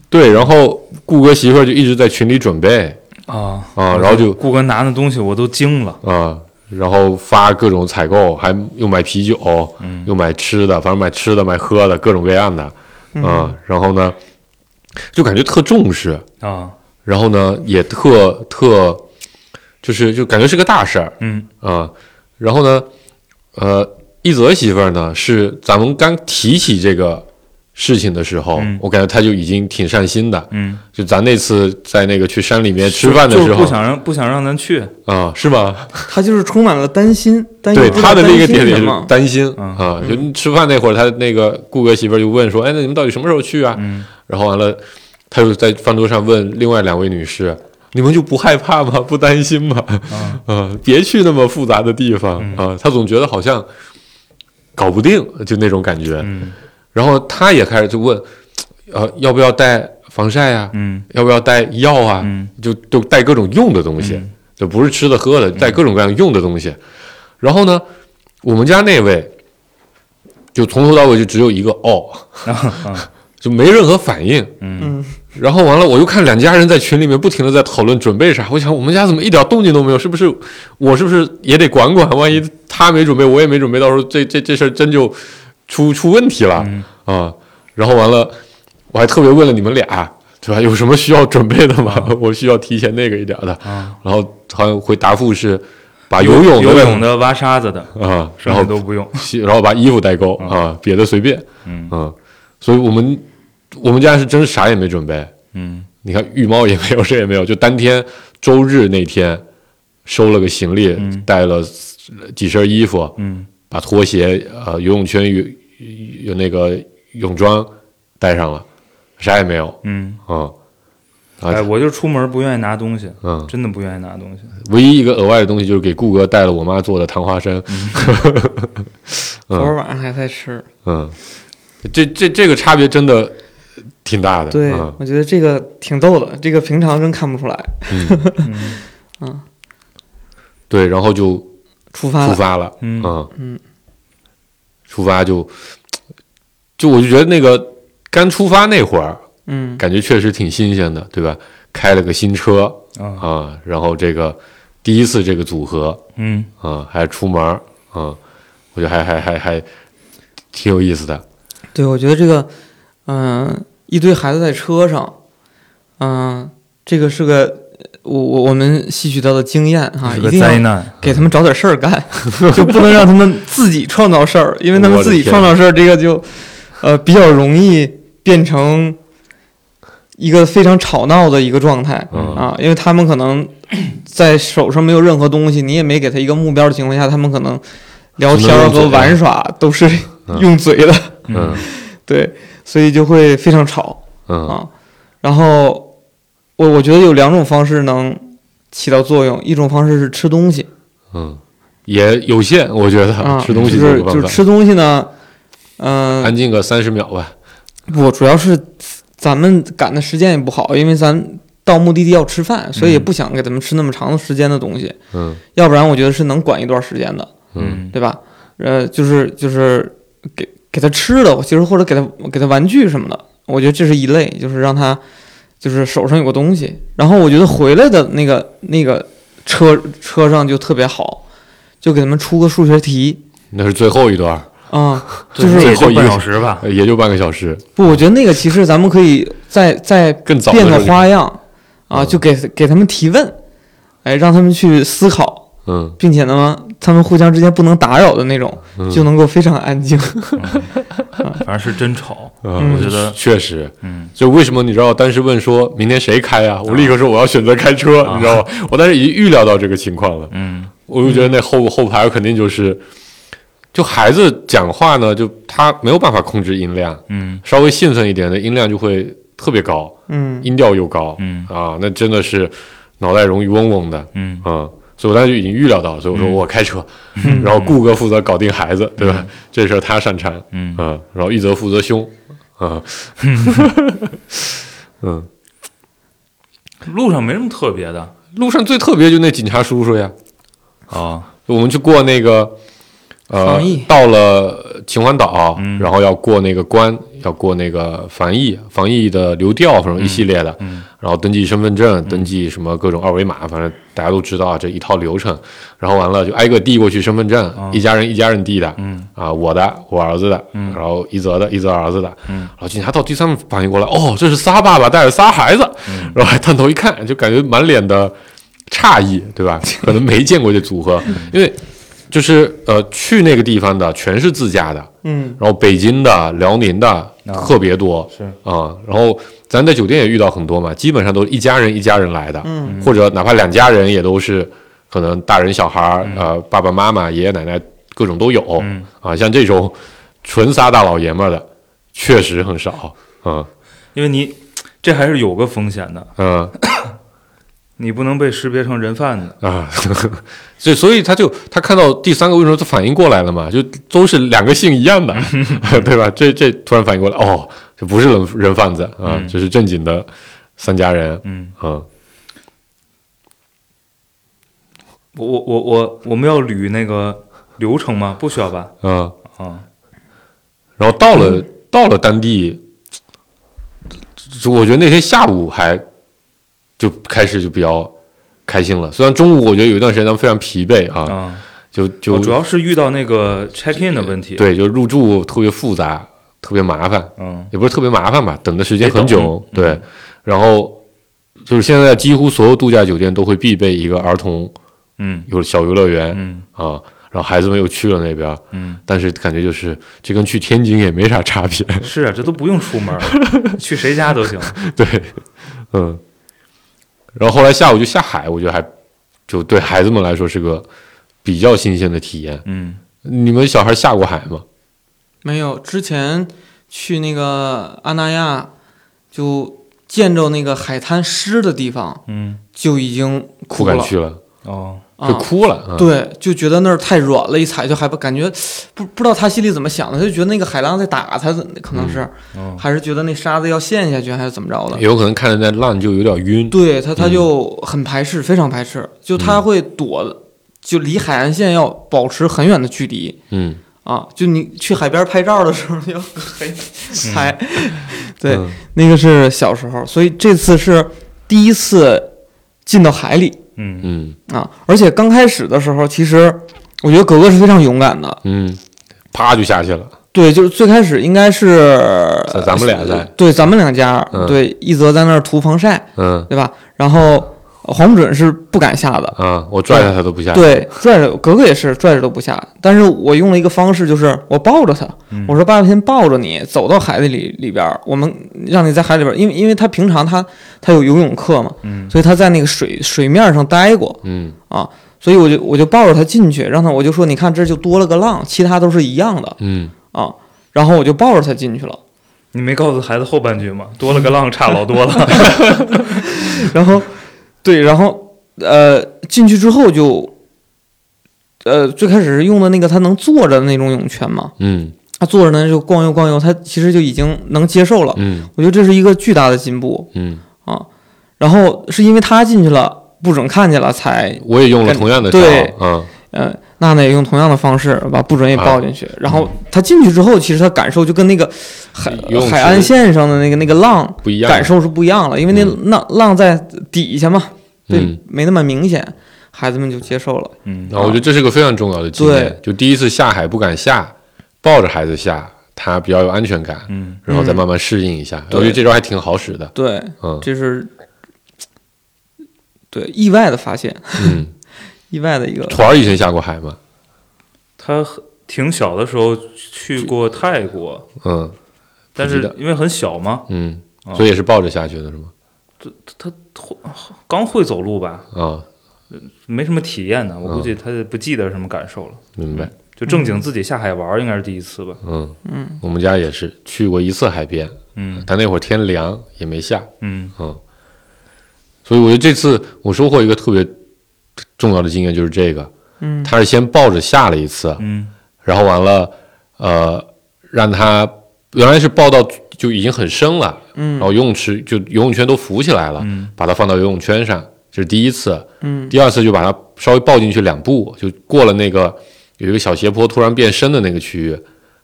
Speaker 5: 对。然后顾哥媳妇儿就一直在群里准备
Speaker 4: 啊
Speaker 5: 啊，然后就
Speaker 4: 顾哥拿的东西我都惊了，
Speaker 5: 啊，然后发各种采购，还又买啤酒，又买吃的，反正买吃的、买喝的，各种各样的，啊、然后呢，就感觉特重视，
Speaker 4: 啊，
Speaker 5: 然后呢，也特特，就是就感觉是个大事儿
Speaker 4: 嗯
Speaker 5: 啊、然后呢，呃，一泽媳妇儿呢，是咱们刚提起这个事情的时候，
Speaker 4: 嗯
Speaker 5: 我感觉她就已经挺善心的。
Speaker 4: 嗯，
Speaker 5: 就咱那次在那个去山里面吃饭的
Speaker 4: 就
Speaker 5: 时
Speaker 4: 就
Speaker 5: 候
Speaker 4: 不想让不想让咱去，
Speaker 5: 啊、是吗？
Speaker 3: 他就是充满了担心，担心
Speaker 5: 对他的
Speaker 3: 那
Speaker 5: 那个点也是
Speaker 3: 嘛，
Speaker 5: 担心
Speaker 4: 嗯
Speaker 5: 啊，就吃饭那会儿，他那个顾哥媳妇儿就问说：“哎，那你们到底什么时候去啊？”
Speaker 4: 嗯
Speaker 5: 然后完了，他就在饭桌上问另外两位女士：“你们就不害怕吗？不担心吗？
Speaker 4: 啊
Speaker 5: 啊，别去那么复杂的地方
Speaker 4: 嗯
Speaker 5: 啊！”他总觉得好像搞不定，就那种感觉。
Speaker 4: 嗯
Speaker 5: 然后他也开始就问：“呃，要不要带防晒啊？
Speaker 4: 嗯
Speaker 5: 要不要带药啊？
Speaker 4: 嗯
Speaker 5: 就就带各种用的东西，
Speaker 4: 嗯
Speaker 5: 就不是吃的喝的，带各种各样用的东西。然后呢，我们家那位就从头到尾就只有一个哦，
Speaker 4: 啊
Speaker 5: 就没任何反应。
Speaker 3: 嗯，
Speaker 5: 然后完了，我又看两家人在群里面不停的在讨论准备啥，我想我们家怎么一点动静都没有？是不是我是不是也得管管？万一他没准备，我也没准备，到时候这这这事儿真就出出问题了、
Speaker 4: 嗯
Speaker 5: 啊！然后完了，我还特别问了你们俩，对吧？有什么需要准备的吗？ 我需要提前那个一点的。
Speaker 4: 啊
Speaker 5: 然后好像回答复是把
Speaker 4: 游
Speaker 5: 泳
Speaker 4: 游
Speaker 5: 的
Speaker 4: 泳的、挖沙子的，
Speaker 5: 啊，
Speaker 4: 什么
Speaker 5: 然后
Speaker 4: 都不 用。
Speaker 5: 洗然后把衣服代购啊，别的随便，
Speaker 4: 嗯
Speaker 5: 嗯，所以我们我们家是真啥也没准备，
Speaker 4: 嗯
Speaker 5: 你看浴帽也没有，这也没有，就当天周日那天收了个行李，
Speaker 4: 嗯
Speaker 5: 带了几身衣服，
Speaker 4: 嗯
Speaker 5: 把拖鞋、呃游泳圈、泳有那个泳装带上了，啥也没有，
Speaker 4: 嗯，
Speaker 5: 嗯，啊
Speaker 4: 哎，，我就出门不愿意拿东西，
Speaker 5: 嗯
Speaker 4: 真的不愿意拿东西。
Speaker 5: 唯一一个额外的东西就是给顾哥带了我妈做的糖花参，
Speaker 4: 嗯
Speaker 3: 昨儿晚上还在吃。
Speaker 5: 嗯，这这这个差别真的挺大的，
Speaker 3: 对，
Speaker 5: 嗯
Speaker 3: 我觉得这个挺逗的，这个平常真看不出来。
Speaker 5: 对，然后就
Speaker 3: 出发
Speaker 5: 出
Speaker 3: 了，
Speaker 5: 发了，
Speaker 4: 嗯
Speaker 3: 啊嗯
Speaker 5: 出发就就我就觉得那个刚出发那会儿，
Speaker 3: 嗯，
Speaker 5: 感觉确实挺新鲜的，对吧？开了个新车
Speaker 4: 啊，
Speaker 5: 啊，然后这个第一次这个组合
Speaker 4: 嗯，
Speaker 5: 啊，还出门儿啊，我觉得还还还还挺有意思的，
Speaker 3: 对，我觉得这个，嗯、一堆孩子在车上，嗯、这个是个呃我我我们吸取到的经验
Speaker 5: 啊
Speaker 3: 哈，
Speaker 4: 是
Speaker 3: 一
Speaker 4: 个
Speaker 3: 定
Speaker 4: 灾
Speaker 3: 要
Speaker 4: 难。
Speaker 3: 给他们找点事儿 干，就不能让他们自己创造事儿，因为他们
Speaker 5: 我的
Speaker 3: 自己
Speaker 5: 天
Speaker 3: 创造事儿，这个就呃比较容易变成一个非常吵闹的一个状态。
Speaker 5: 嗯
Speaker 3: 啊，因为他们可能 在手上没有任何东西，你也没给他一个目标的情况下，他们可能聊
Speaker 5: 只
Speaker 3: 天
Speaker 5: 能
Speaker 3: 儿
Speaker 5: 用
Speaker 3: 和
Speaker 5: 嘴
Speaker 3: 玩耍都是
Speaker 5: 嗯
Speaker 3: 用嘴的，
Speaker 5: 嗯
Speaker 3: 对，所以就会非常吵
Speaker 5: 嗯
Speaker 3: 啊。然后我我觉得有两种方式能起到作用，一种方式是吃东西
Speaker 5: 嗯，也有限，我觉
Speaker 3: 啊，
Speaker 5: 得吃东西
Speaker 3: 就
Speaker 5: 这
Speaker 3: 是
Speaker 5: 个
Speaker 3: 就
Speaker 5: 办
Speaker 3: 是
Speaker 5: 法，哎
Speaker 3: 吃东西呢，嗯、
Speaker 5: 安静个三十秒吧，
Speaker 3: 不，主要是咱们赶的时间也不好，因为咱到目的地要吃饭，所以也不想给他们吃那么长时间的东西，
Speaker 5: 嗯
Speaker 3: 要不然我觉得是能管一段时间的。
Speaker 5: 嗯
Speaker 3: 对吧？呃，就是就是给给他吃的，其实或者给他给他玩具什么的，我觉得这是一类，就是让他就是手上有个东西。然后我觉得回来的那个那个车车上就特别好，就给他们出个数学题
Speaker 5: 那是最后一段儿，
Speaker 3: 啊、
Speaker 4: 就
Speaker 5: 就是
Speaker 4: 也
Speaker 5: 最后
Speaker 4: 就
Speaker 5: 一
Speaker 4: 半
Speaker 5: 个
Speaker 4: 小时吧。
Speaker 5: 也就半个小时，
Speaker 3: 不，我觉得那个其实咱们可以再再
Speaker 5: 更早的
Speaker 3: 变
Speaker 5: 时
Speaker 3: 个
Speaker 5: 候就
Speaker 3: 花样啊，
Speaker 5: 嗯
Speaker 3: 就给给他们提问，哎，让他们去思考，
Speaker 5: 嗯，
Speaker 3: 并且呢，他们互相之间不能打扰的那种，
Speaker 5: 嗯
Speaker 3: 就能够非常安静。
Speaker 4: 反正是真 吵，
Speaker 5: 嗯
Speaker 4: 我觉得，
Speaker 5: 确实，
Speaker 4: 嗯，
Speaker 5: 就为什么你知道当时问说明天谁开啊？我立刻说我要选择开车，你知道吗？我当时已经预料到这个情况了，
Speaker 4: 嗯
Speaker 5: 我就觉得那后后排肯定就是，就孩子讲话呢，就他没有办法控制音量，
Speaker 4: 嗯
Speaker 5: 稍微兴奋一点的音量就会特别高，
Speaker 3: 嗯
Speaker 5: 音调又高，
Speaker 4: 嗯
Speaker 5: 啊，那真的是脑袋容易嗡嗡的，
Speaker 4: 嗯
Speaker 5: 嗯，所以我当时就已经预料到了，所以我说
Speaker 4: 嗯
Speaker 5: 我开车，然后顾哥负责搞定孩子，对吧？这事儿他擅长，
Speaker 4: 嗯，
Speaker 5: 嗯，然后一泽负责凶，啊，嗯，
Speaker 4: 嗯路上没什么特别的
Speaker 5: 路上最特别就那警察叔叔呀，
Speaker 4: 啊，
Speaker 5: 我们去过那个，呃
Speaker 3: 防疫，
Speaker 5: 到了秦皇岛，
Speaker 4: 嗯
Speaker 5: 然后要过那个关，要过那个防疫防疫的流调，反正一系列的，
Speaker 4: 嗯
Speaker 5: 然后登记身份证，登记什么各种二维码，反正大家都知道这一套流程。然后完了就挨个递过去身份证，一家人一家人递的，
Speaker 4: 嗯
Speaker 5: 啊，我的，我儿子的，然后一泽的，一泽儿子的，
Speaker 4: 嗯
Speaker 5: 然后警察到第三步反应过来，哦，这是仨爸爸带着仨孩子，
Speaker 4: 嗯
Speaker 5: 然后还探头一看，就感觉满脸的诧异，对吧？可能没见过这组合，因为就是呃去那个地方的全是自驾的，
Speaker 3: 嗯，
Speaker 5: 然后北京的、辽宁的特别多，
Speaker 4: 啊是
Speaker 5: 啊、然后咱在酒店也遇到很多嘛，基本上都是一家人一家人来的，嗯，或者哪怕两家人也都是，可能大人小孩儿、呃，爸爸妈妈、爷爷奶奶各种都有，
Speaker 4: 嗯
Speaker 5: 啊，像这种纯仨大老爷们儿的确实很少，嗯
Speaker 4: 因为你这还是有个风险的，
Speaker 5: 嗯
Speaker 4: 你不能被识别成人贩子。
Speaker 5: 啊， 所以所以他就他看到第三个为什么他反应过来了嘛，就都是两个姓一 样的，对吧？这这突然反应过来，哦，这不是人人贩子啊，
Speaker 4: 嗯
Speaker 5: 这是正经的三家人，
Speaker 4: 嗯，
Speaker 5: 嗯
Speaker 4: 我我我我我们要捋那个流程吗？不需要吧？
Speaker 5: 嗯，
Speaker 4: 啊，
Speaker 5: 然后到了
Speaker 4: 嗯
Speaker 5: 到了当地，就我觉得那天下午还就开始就比较开心了。虽然中午我觉得有一段时间咱们非常疲惫啊，
Speaker 4: 啊，
Speaker 5: 就就、
Speaker 4: 我主要是遇到那个 check in 的问题。，
Speaker 5: 对，就入住特别复杂，特别麻烦，
Speaker 4: 嗯
Speaker 5: 也不是特别麻烦吧，等的时间
Speaker 4: 得等
Speaker 5: 很久。
Speaker 4: 嗯
Speaker 5: 对，然后就是现在几乎所有度假酒店都会必备一个儿童
Speaker 4: 嗯
Speaker 5: 有小游乐园、
Speaker 4: 嗯
Speaker 5: 啊，然后孩子们又去了那边，
Speaker 4: 嗯，
Speaker 5: 但是感觉就是这跟去天津也没啥差别。
Speaker 4: 是啊，这都不用出门儿，去谁家都行。
Speaker 5: 对，嗯，然后后来下午就下海，我觉得还就对孩子们来说是个比较新鲜的体验。
Speaker 4: 嗯，
Speaker 5: 你们小孩下过海吗？
Speaker 3: 没有，之前去那个阿那亚，就见着那个海滩湿的地方，
Speaker 4: 嗯，
Speaker 3: 就已经
Speaker 5: 不
Speaker 3: 哭
Speaker 5: 敢
Speaker 3: 了
Speaker 5: 去了，
Speaker 4: 哦，
Speaker 5: 就
Speaker 3: 啊。
Speaker 5: 哭了。啊、
Speaker 3: 对，就觉得那儿太软了，一踩就害怕，感觉不不知道他心里怎么想的，他就觉得那个海浪在打他，可
Speaker 5: 嗯
Speaker 3: 能是、
Speaker 4: 哦，
Speaker 3: 还是觉得那沙子要陷下去，还是怎么着的？
Speaker 5: 有可能看着那浪就有点晕。
Speaker 3: 对他，他就很排斥，非常排斥，就
Speaker 5: 嗯
Speaker 3: 他会躲，就离海岸线要保持很远的距离
Speaker 5: 嗯，
Speaker 3: 啊。就你去海边拍照的时候要很踩， 对，
Speaker 5: 嗯
Speaker 3: 那个是小时候，所以这次是第一次进到海里
Speaker 4: 嗯
Speaker 5: 嗯
Speaker 3: 啊。而且刚开始的时候，其实我觉得格格是非常勇敢的，
Speaker 5: 嗯，啪就下去了。
Speaker 3: 对，就是最开始应该是呃
Speaker 5: 咱咱们俩在
Speaker 3: 对咱们两家，
Speaker 5: 嗯
Speaker 3: 对，一泽在那儿涂防晒，
Speaker 5: 嗯
Speaker 3: 对吧？然后黄不准是不敢下的。
Speaker 5: 啊，我拽着他都不下。，
Speaker 3: 对，拽着格格也是拽着都不下，但是我用了一个方式，就是我抱着他，
Speaker 4: 嗯
Speaker 3: 我说爸爸先抱着你走到海里里里边儿，我们让你在海里边儿，因为因为他平常他他有游泳课嘛，
Speaker 4: 嗯
Speaker 3: 所以他在那个水水面上待过，啊
Speaker 5: 嗯
Speaker 3: 所以我就我就抱着他进去，让他我就说你看这就多了个浪，其他都是一样的
Speaker 5: 嗯，
Speaker 3: 啊，然后我就抱着他进去了，
Speaker 4: 你没告诉孩子后半句吗？多了个浪，差老多了。
Speaker 3: 然后对，然后呃进去之后就。呃，最开始是用的那个他能坐着的那种泳圈嘛，
Speaker 5: 嗯
Speaker 3: 他坐着呢就逛悠逛悠，他其实就已经能接受了。
Speaker 5: 嗯
Speaker 3: 我觉得这是一个巨大的进步
Speaker 5: 嗯，
Speaker 3: 啊。然后是因为他进去了，不准看见了才，
Speaker 5: 我也用了同样的招
Speaker 3: 对。
Speaker 5: 嗯
Speaker 3: 呃，娜娜也用同样的方式把不准也抱进去。
Speaker 5: 啊
Speaker 3: 然后他进去之后，其实他感受就跟那个海
Speaker 5: 游泳池
Speaker 3: 海岸线上的那个那个浪
Speaker 5: 不一样。
Speaker 3: 感受是不一样了，因为那浪、浪在底下嘛，对，
Speaker 5: 嗯
Speaker 3: 没那么明显，孩子们就接受了。
Speaker 4: 嗯
Speaker 5: 啊，我觉得这是个非常重要的经验
Speaker 3: 对，
Speaker 5: 就第一次下海不敢下，抱着孩子下，他比较有安全感，
Speaker 4: 嗯
Speaker 5: 然后再慢慢适应一下。
Speaker 3: 对
Speaker 5: 我觉得这招还挺好使的。
Speaker 3: 对，
Speaker 5: 嗯
Speaker 3: 这是对意外的发现，
Speaker 5: 嗯，
Speaker 3: 意外的一个
Speaker 5: 团儿以前下过海吗？
Speaker 4: 他很挺小的时候去过泰国，
Speaker 5: 嗯
Speaker 4: 但
Speaker 5: 不记
Speaker 4: 是
Speaker 5: 得
Speaker 4: 因为很小嘛，
Speaker 5: 嗯，
Speaker 3: 哦
Speaker 4: 啊
Speaker 5: 所以也是抱着下去的是吗？
Speaker 4: 刚会走路吧，
Speaker 5: 啊，
Speaker 4: 没什么体验呢。我
Speaker 5: 嗯
Speaker 4: 估计他也不记得什么感受了。
Speaker 5: 明白。
Speaker 4: 就正经自己下海玩儿，应该是第一次吧。
Speaker 5: 嗯嗯，我们家也是去过一次海边，
Speaker 4: 嗯
Speaker 5: 但那会儿天凉也没下，
Speaker 4: 嗯
Speaker 5: 嗯，所以我觉得这次我收获一个特别重要的经验就是这个，
Speaker 3: 嗯
Speaker 5: 他是先抱着下了一次，
Speaker 4: 嗯
Speaker 5: 然后完了，呃，让他原来是抱到就已经很深了，
Speaker 3: 嗯
Speaker 5: 然后游泳池就游泳圈都浮起来了，
Speaker 4: 嗯
Speaker 5: 把它放到游泳圈上，这是第一次，
Speaker 3: 嗯
Speaker 5: 第二次就把它稍微抱进去两步，就过了那个有一个小斜坡突然变深的那个区域，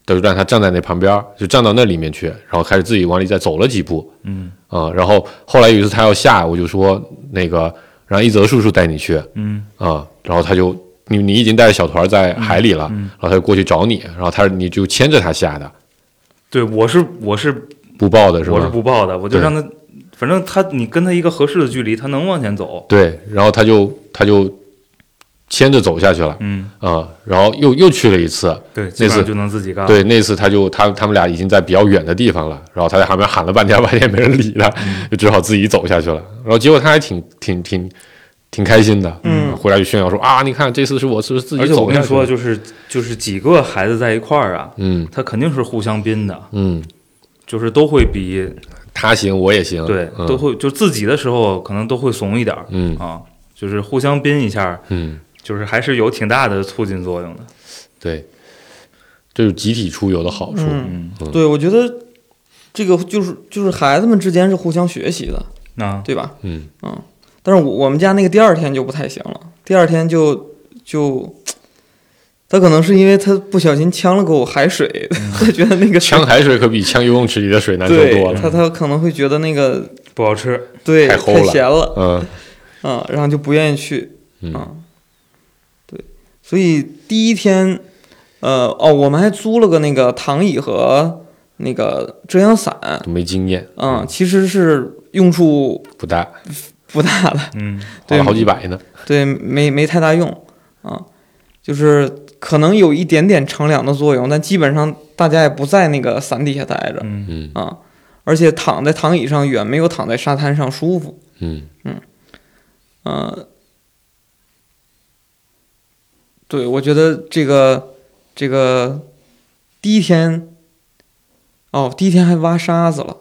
Speaker 5: 就让他站在那旁边儿，就站到那里面去，然后开始自己往里再走了几步
Speaker 4: 嗯
Speaker 5: 啊、然后后来有一次他要下，我就说那个让一泽叔叔带你去啊、
Speaker 4: 嗯
Speaker 5: 然后他就你你已经带着小团儿在海里了，
Speaker 4: 嗯
Speaker 5: 然后他就过去找你，然后他你就牵着他下的，
Speaker 4: 对，我是我是
Speaker 5: 不抱的是吧？
Speaker 4: 我是不抱的，我就
Speaker 5: 对
Speaker 4: 让他，反正他你跟他一个合适的距离，他能往前走。
Speaker 5: 对，然后他就他就牵着走下去了
Speaker 4: 嗯，
Speaker 5: 啊、然后又又去了一次。
Speaker 4: 对，基本
Speaker 5: 那
Speaker 4: 上
Speaker 5: 次
Speaker 4: 就能自己干。，
Speaker 5: 对，那次他就他他们俩已经在比较远的地方了，然后他在旁边喊了半天，半 天也没人理他，
Speaker 4: 嗯
Speaker 5: 就只好自己走下去了。然后结果他还挺挺挺挺开心的，
Speaker 3: 嗯
Speaker 5: 回来就炫耀说啊，你看这次是我是自己
Speaker 4: 而且我
Speaker 5: 走
Speaker 4: 跟
Speaker 5: 下
Speaker 4: 你
Speaker 5: 去
Speaker 4: 说，
Speaker 5: 的。
Speaker 4: 就是就是几个孩子在一块儿啊，
Speaker 5: 嗯
Speaker 4: 他肯定是互相宾的，
Speaker 5: 嗯，
Speaker 4: 就是都会比
Speaker 5: 他行我也行，
Speaker 4: 对
Speaker 5: 嗯、
Speaker 4: 都会就自己的时候可能都会怂一点儿
Speaker 5: 嗯
Speaker 4: 啊，就是互相宾一下，
Speaker 5: 嗯
Speaker 4: 就是还是有挺大的促进作用的。
Speaker 5: 对，这是集体出游的好处。
Speaker 3: 嗯。
Speaker 4: 嗯，
Speaker 3: 对，我觉得这个就是就是孩子们之间是互相学习的，
Speaker 4: 那
Speaker 3: 对吧？
Speaker 5: 嗯
Speaker 3: 但是我我们家那个第二天就不太行了，第二天就就他可能是因为他不小心呛了口海水， 他觉得那个水
Speaker 5: 呛海水可比呛游泳池里的水难受多
Speaker 3: 对，
Speaker 5: 了。
Speaker 3: 他他可能会觉得那个
Speaker 4: 不好吃。
Speaker 3: 对
Speaker 5: 太
Speaker 3: 太
Speaker 5: 齁了
Speaker 3: 咸了
Speaker 5: 嗯
Speaker 3: 啊，然后就不愿意去。
Speaker 5: 嗯
Speaker 3: 啊，对，所以第一天，呃，哦，我们还租了个那个躺椅和那个遮阳伞，
Speaker 5: 都没经验，
Speaker 3: 嗯，其实是用处
Speaker 5: 不大，
Speaker 3: 不大的，
Speaker 4: 嗯，
Speaker 5: 花
Speaker 3: 对
Speaker 5: 了好几百呢。
Speaker 3: 对，没没太大用啊，就是可能有一点点乘凉的作用，但基本上大家也不在那个伞底下待着
Speaker 4: 嗯，
Speaker 5: 嗯
Speaker 3: 啊，而且躺在躺椅上远没有躺在沙滩上舒服，
Speaker 5: 嗯，
Speaker 3: 呃，对，我觉得这个这个第一天，哦，第一天还挖沙子了，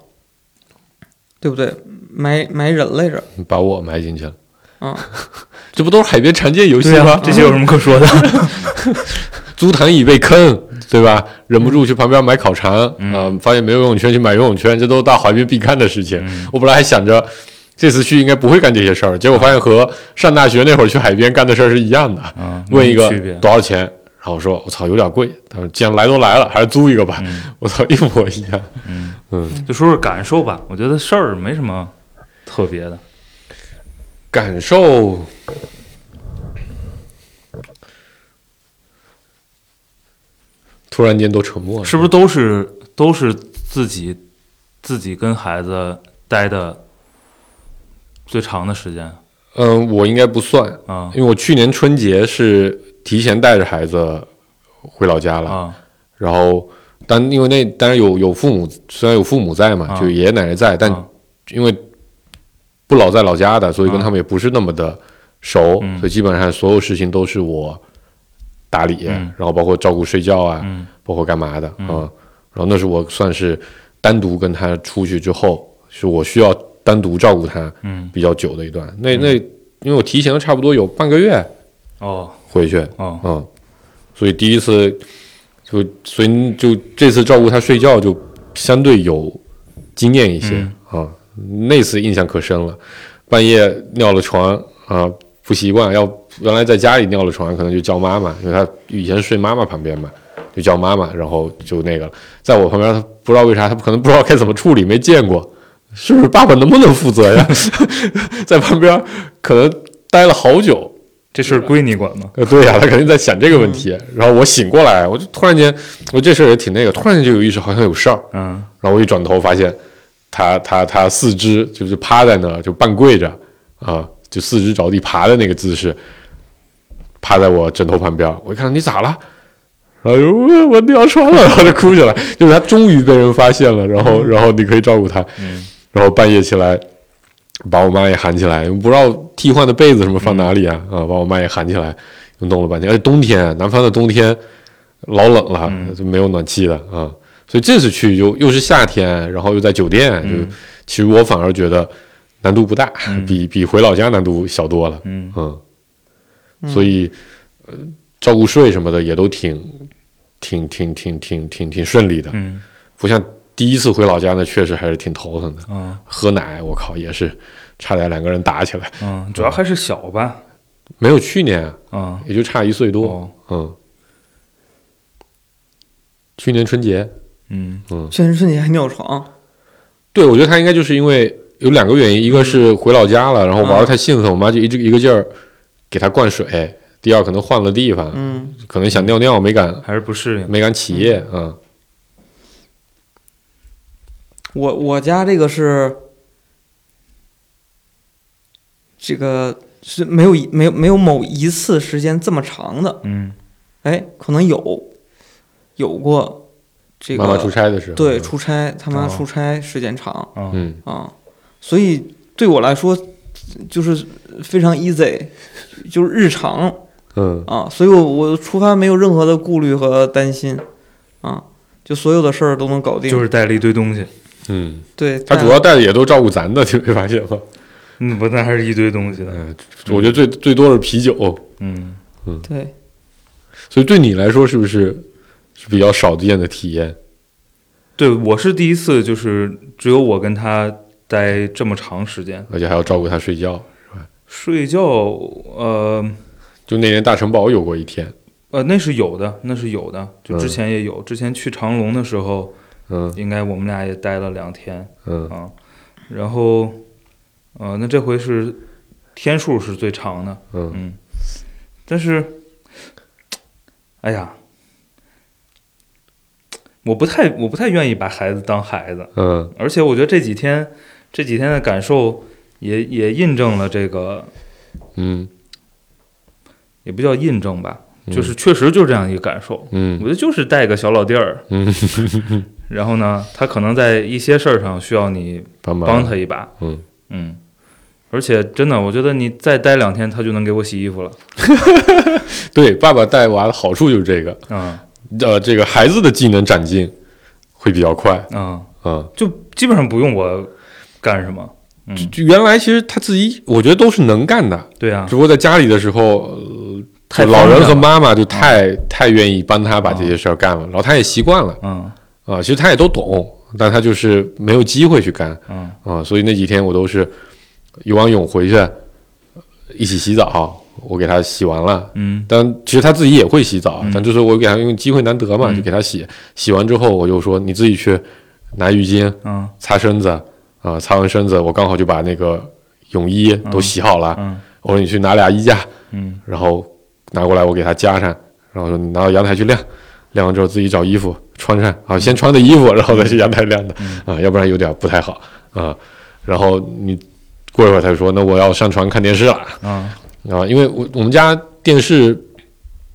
Speaker 3: 对不对？埋埋人来着，
Speaker 5: 把我埋进去了。
Speaker 3: 嗯，
Speaker 5: 这不都是海边常见游戏
Speaker 4: 对啊
Speaker 5: 吗，？
Speaker 4: 这些有什么可说 的？
Speaker 5: 租躺椅被坑，
Speaker 4: 嗯
Speaker 5: 对吧？忍不住去旁边买烤肠，啊、发现没有游泳圈去买游泳圈，这都是大海边必干的事情。
Speaker 4: 嗯
Speaker 5: 我本来还想着这次去应该不会干这些事儿，结果发现和上大学那会儿去海边干的事儿是一样的。
Speaker 4: 啊，
Speaker 5: 问一个
Speaker 4: 没区别。
Speaker 5: 多少钱，然后我说我操有点贵，他说既然来都来了，还是租一个吧。
Speaker 4: 嗯
Speaker 5: 我操一模一样，
Speaker 4: 就说说感受吧，我觉得事儿没什么特别的。
Speaker 5: 感受。突然间都沉默了，
Speaker 4: 是不是都是都是自己自己跟孩子待的最长的时间
Speaker 5: 嗯，我应该不算，
Speaker 4: 啊
Speaker 5: 因为我去年春节是提前带着孩子回老家了，
Speaker 4: 啊
Speaker 5: 然后但因为那当然有有父母，虽然有父母在嘛，
Speaker 4: 啊
Speaker 5: 就爷爷奶奶在，但
Speaker 4: 啊
Speaker 5: 因为不老在老家的，所以跟他们也不是那么的熟，
Speaker 4: 嗯
Speaker 5: 所以基本上所有事情都是我打理，
Speaker 4: 嗯
Speaker 5: 然后包括照顾睡觉啊，
Speaker 4: 嗯
Speaker 5: 包括干嘛的啊、然后那是我算是单独跟他出去之后，是我需要单独照顾他
Speaker 4: 嗯
Speaker 5: 比较久的一段。那那因为我提前了差不多有半个月
Speaker 4: 哦
Speaker 5: 回去，
Speaker 4: 哦
Speaker 5: 嗯，所以第一次就所以就这次照顾他睡觉就相对有经验一些啊、那次印象可深了，半夜尿了床啊、不习惯，要原来在家里尿了床可能就叫妈妈，因为他以前睡妈妈旁边嘛，就叫妈妈，然后就那个了，在我旁边他不知道为啥他可能不知道该怎么处理，没见过。是不是爸爸能不能负责呀？ 在旁边可能待了好久，
Speaker 4: 这事儿归你管吗？
Speaker 5: 呃，对呀、他肯定在想这个问题。然后我醒过来，我就突然间，我这事儿也挺那个，突然间就有意识好像有事儿。
Speaker 4: 嗯
Speaker 5: 然后我一转头发现他，他他四肢就是趴在那儿，就半跪着啊，就四肢着地爬的那个姿势，趴在我枕头旁边。我一看你咋了？然后就我我尿床了，然后就哭起来。就是他终于被人发现了，然后然后你可以照顾他。然后半夜起来，把我妈也喊起来，不知道替换的被子什么放哪里啊、啊，把我妈也喊起来，又弄了半天。而且冬天，南方的冬天老冷了，就没有暖气的啊，所以这次去又又是夏天，然后又在酒店，
Speaker 4: 嗯
Speaker 5: 就其实我反而觉得难度不大， 比比回老家难度小多了，
Speaker 4: 嗯
Speaker 5: 嗯，所以呃照顾睡什么的也都挺挺挺挺挺挺挺顺利的，
Speaker 4: 嗯
Speaker 5: 不像第一次回老家那确实还是挺头疼的。
Speaker 4: 嗯
Speaker 5: 喝奶，我靠，也是差点两个人打起来。
Speaker 4: 嗯，主要还是小吧。
Speaker 5: 没有去年，
Speaker 4: 啊
Speaker 5: 也就差一岁多。
Speaker 4: 哦
Speaker 5: 嗯，去年春节，
Speaker 4: 嗯
Speaker 3: 确实瞬间还尿床，
Speaker 5: 对我觉得他应该就是因为有两个原因，一个是回老家了，然后玩的太兴奋，我妈就一直一个劲儿给他灌水。第二，可能换了地方，
Speaker 3: 嗯，
Speaker 5: 可能想尿尿没敢
Speaker 4: 还是不适应。
Speaker 5: 没敢起夜啊、嗯
Speaker 3: 我我家这个是这个是没有一没有没有某一次时间这么长的，
Speaker 4: 嗯
Speaker 3: 哎，可能有有过这个
Speaker 5: 妈妈出差的时候，
Speaker 3: 对，出差，他妈
Speaker 4: 哦
Speaker 3: 出差时间长
Speaker 4: 啊
Speaker 5: 嗯，
Speaker 3: 啊，所以对我来说就是非常 easy，就是日常
Speaker 5: 嗯
Speaker 3: 啊，所以我我出发没有任何的顾虑和担心啊，就所有的事儿都能搞定。
Speaker 4: 就是带了一堆东西。
Speaker 5: 嗯，
Speaker 3: 对，
Speaker 5: 他
Speaker 3: 但
Speaker 5: 主要带的也都照顾咱的，你没发现吗？
Speaker 4: 嗯，不，那还是一堆东西的。
Speaker 5: 嗯，我觉得最最多是啤酒，
Speaker 4: 嗯，
Speaker 3: 对
Speaker 5: 所以对你来说，是不是是比较少见的体验？
Speaker 4: 对，我是第一次，就是只有我跟他待这么长时间。
Speaker 5: 而且还要照顾他睡觉。
Speaker 4: 睡觉，呃，
Speaker 5: 就那年大城堡有过一天，
Speaker 4: 呃，那是有的，那是有的，就之
Speaker 5: 嗯
Speaker 4: 前也有，之前去长隆的时候，
Speaker 5: 嗯
Speaker 4: 应该我们俩也待了两天
Speaker 5: 嗯
Speaker 4: 啊，然后，呃，那这回是天数是最长的，
Speaker 5: 嗯
Speaker 4: 嗯，但是，哎呀，我不太我不太愿意把孩子当孩子，
Speaker 5: 嗯
Speaker 4: 而且我觉得这几天这几天的感受也也印证了这个，
Speaker 5: 嗯，
Speaker 4: 也不叫印证吧，
Speaker 5: 嗯
Speaker 4: 就是确实就是这样一个感受。我
Speaker 5: 嗯
Speaker 4: 觉得就是带个小老弟儿，
Speaker 5: 嗯，
Speaker 4: 然后呢，他可能在一些事儿上需要你
Speaker 5: 帮忙
Speaker 4: 帮他一把，
Speaker 5: 嗯
Speaker 4: 嗯，而且真的，我觉得你再待两天，他就能给我洗衣服了，
Speaker 5: 对，爸爸带娃的好处就是这个，
Speaker 4: 啊、
Speaker 5: 呃，这个孩子的技能长进会比较快
Speaker 4: 嗯、啊、
Speaker 5: 啊。
Speaker 4: 就基本上不用我干什么，嗯，
Speaker 5: 就原来其实他自己，我觉得都是能干的，
Speaker 4: 对啊
Speaker 5: 只，不过在家里的时候，呃
Speaker 4: 太
Speaker 5: 就老
Speaker 4: 方
Speaker 5: 人
Speaker 4: 便
Speaker 5: 和
Speaker 4: 了啊
Speaker 5: 妈妈就太、太愿意帮他把这些事儿干了，然后他也习惯了
Speaker 4: 嗯
Speaker 5: 啊、其实他也都懂，但他就是没有机会去干啊、
Speaker 4: 嗯
Speaker 5: 所以那几天我都是游完泳回去一起洗澡，我给他洗完了。
Speaker 4: 嗯
Speaker 5: 但其实他自己也会洗澡，啊但就是我给他因为机会难得嘛，
Speaker 4: 嗯
Speaker 5: 就给他洗。洗完之后，我就说你自己去拿浴巾
Speaker 4: 嗯
Speaker 5: 擦身子啊、擦完身子，我刚好就把那个泳衣都洗好了。
Speaker 4: 嗯
Speaker 5: 我说你去拿俩衣架，
Speaker 4: 嗯
Speaker 5: 然后拿过来我给他加上，然后说你拿到阳台去晾，晾完之后自己找衣服穿上啊，先穿的衣服，然后再去阳台晾的啊，要不然有点不太好啊。然后你过一会儿他就说那我要上床看电视了
Speaker 4: 嗯
Speaker 5: 啊，因为我我们家电视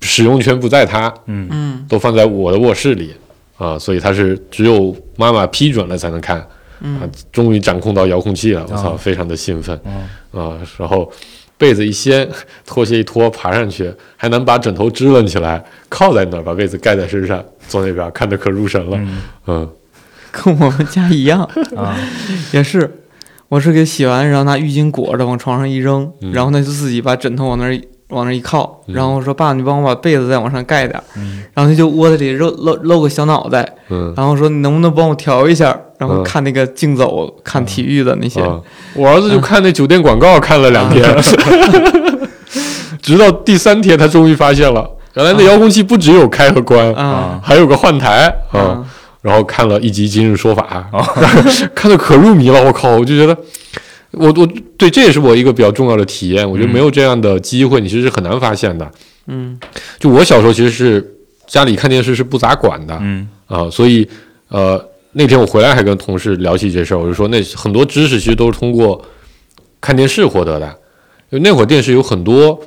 Speaker 5: 使用权不在他，
Speaker 4: 嗯
Speaker 3: 嗯
Speaker 5: 都放在我的卧室里啊，所以他是只有妈妈批准了才能看啊。终于掌控到遥控器了，我操，
Speaker 4: 啊
Speaker 5: 非常的兴奋。
Speaker 4: 嗯
Speaker 5: 啊，然后被子一掀，拖鞋一脱，爬上去，还能把枕头支棱起来，靠在那儿，把被子盖在身上，坐那边看得可入神了。
Speaker 4: 嗯
Speaker 5: 嗯
Speaker 3: 跟我们家一样，
Speaker 4: 啊
Speaker 3: 也是，我是给洗完，然后拿浴巾裹着往床上一扔，
Speaker 5: 嗯
Speaker 3: 然后他就自己把枕头往那儿一往那儿一靠，
Speaker 5: 嗯
Speaker 3: 然后说：“爸，你帮我把被子再往上盖点儿。
Speaker 4: 嗯
Speaker 3: 然后他就窝在里露露露个小脑袋，
Speaker 5: 嗯，
Speaker 3: 然后说：“你能不能帮我调一下？”然后
Speaker 5: 嗯
Speaker 3: 看那个竞走，看体育的那些，
Speaker 5: 啊，我儿子就看那酒店广告看了两天，
Speaker 3: 啊
Speaker 5: 直到第三天他终于发现了，原来那遥控器不只有开和关，
Speaker 3: 啊
Speaker 5: 还有个换台
Speaker 3: 啊
Speaker 5: 啊。
Speaker 3: 哦
Speaker 5: 然后看了一集《今日说法》 看的可入迷了，我靠！我就觉得，我我对这也是我一个比较重要的体验。我觉得没有这样的机会，你其实是很难发现的。
Speaker 3: 嗯
Speaker 5: 就我小时候其实是家里看电视是不咋管的啊、
Speaker 4: 嗯
Speaker 5: 所以呃那天我回来还跟同事聊起这事儿，我就说那很多知识其实都是通过看电视获得的，因为那会儿电视有很多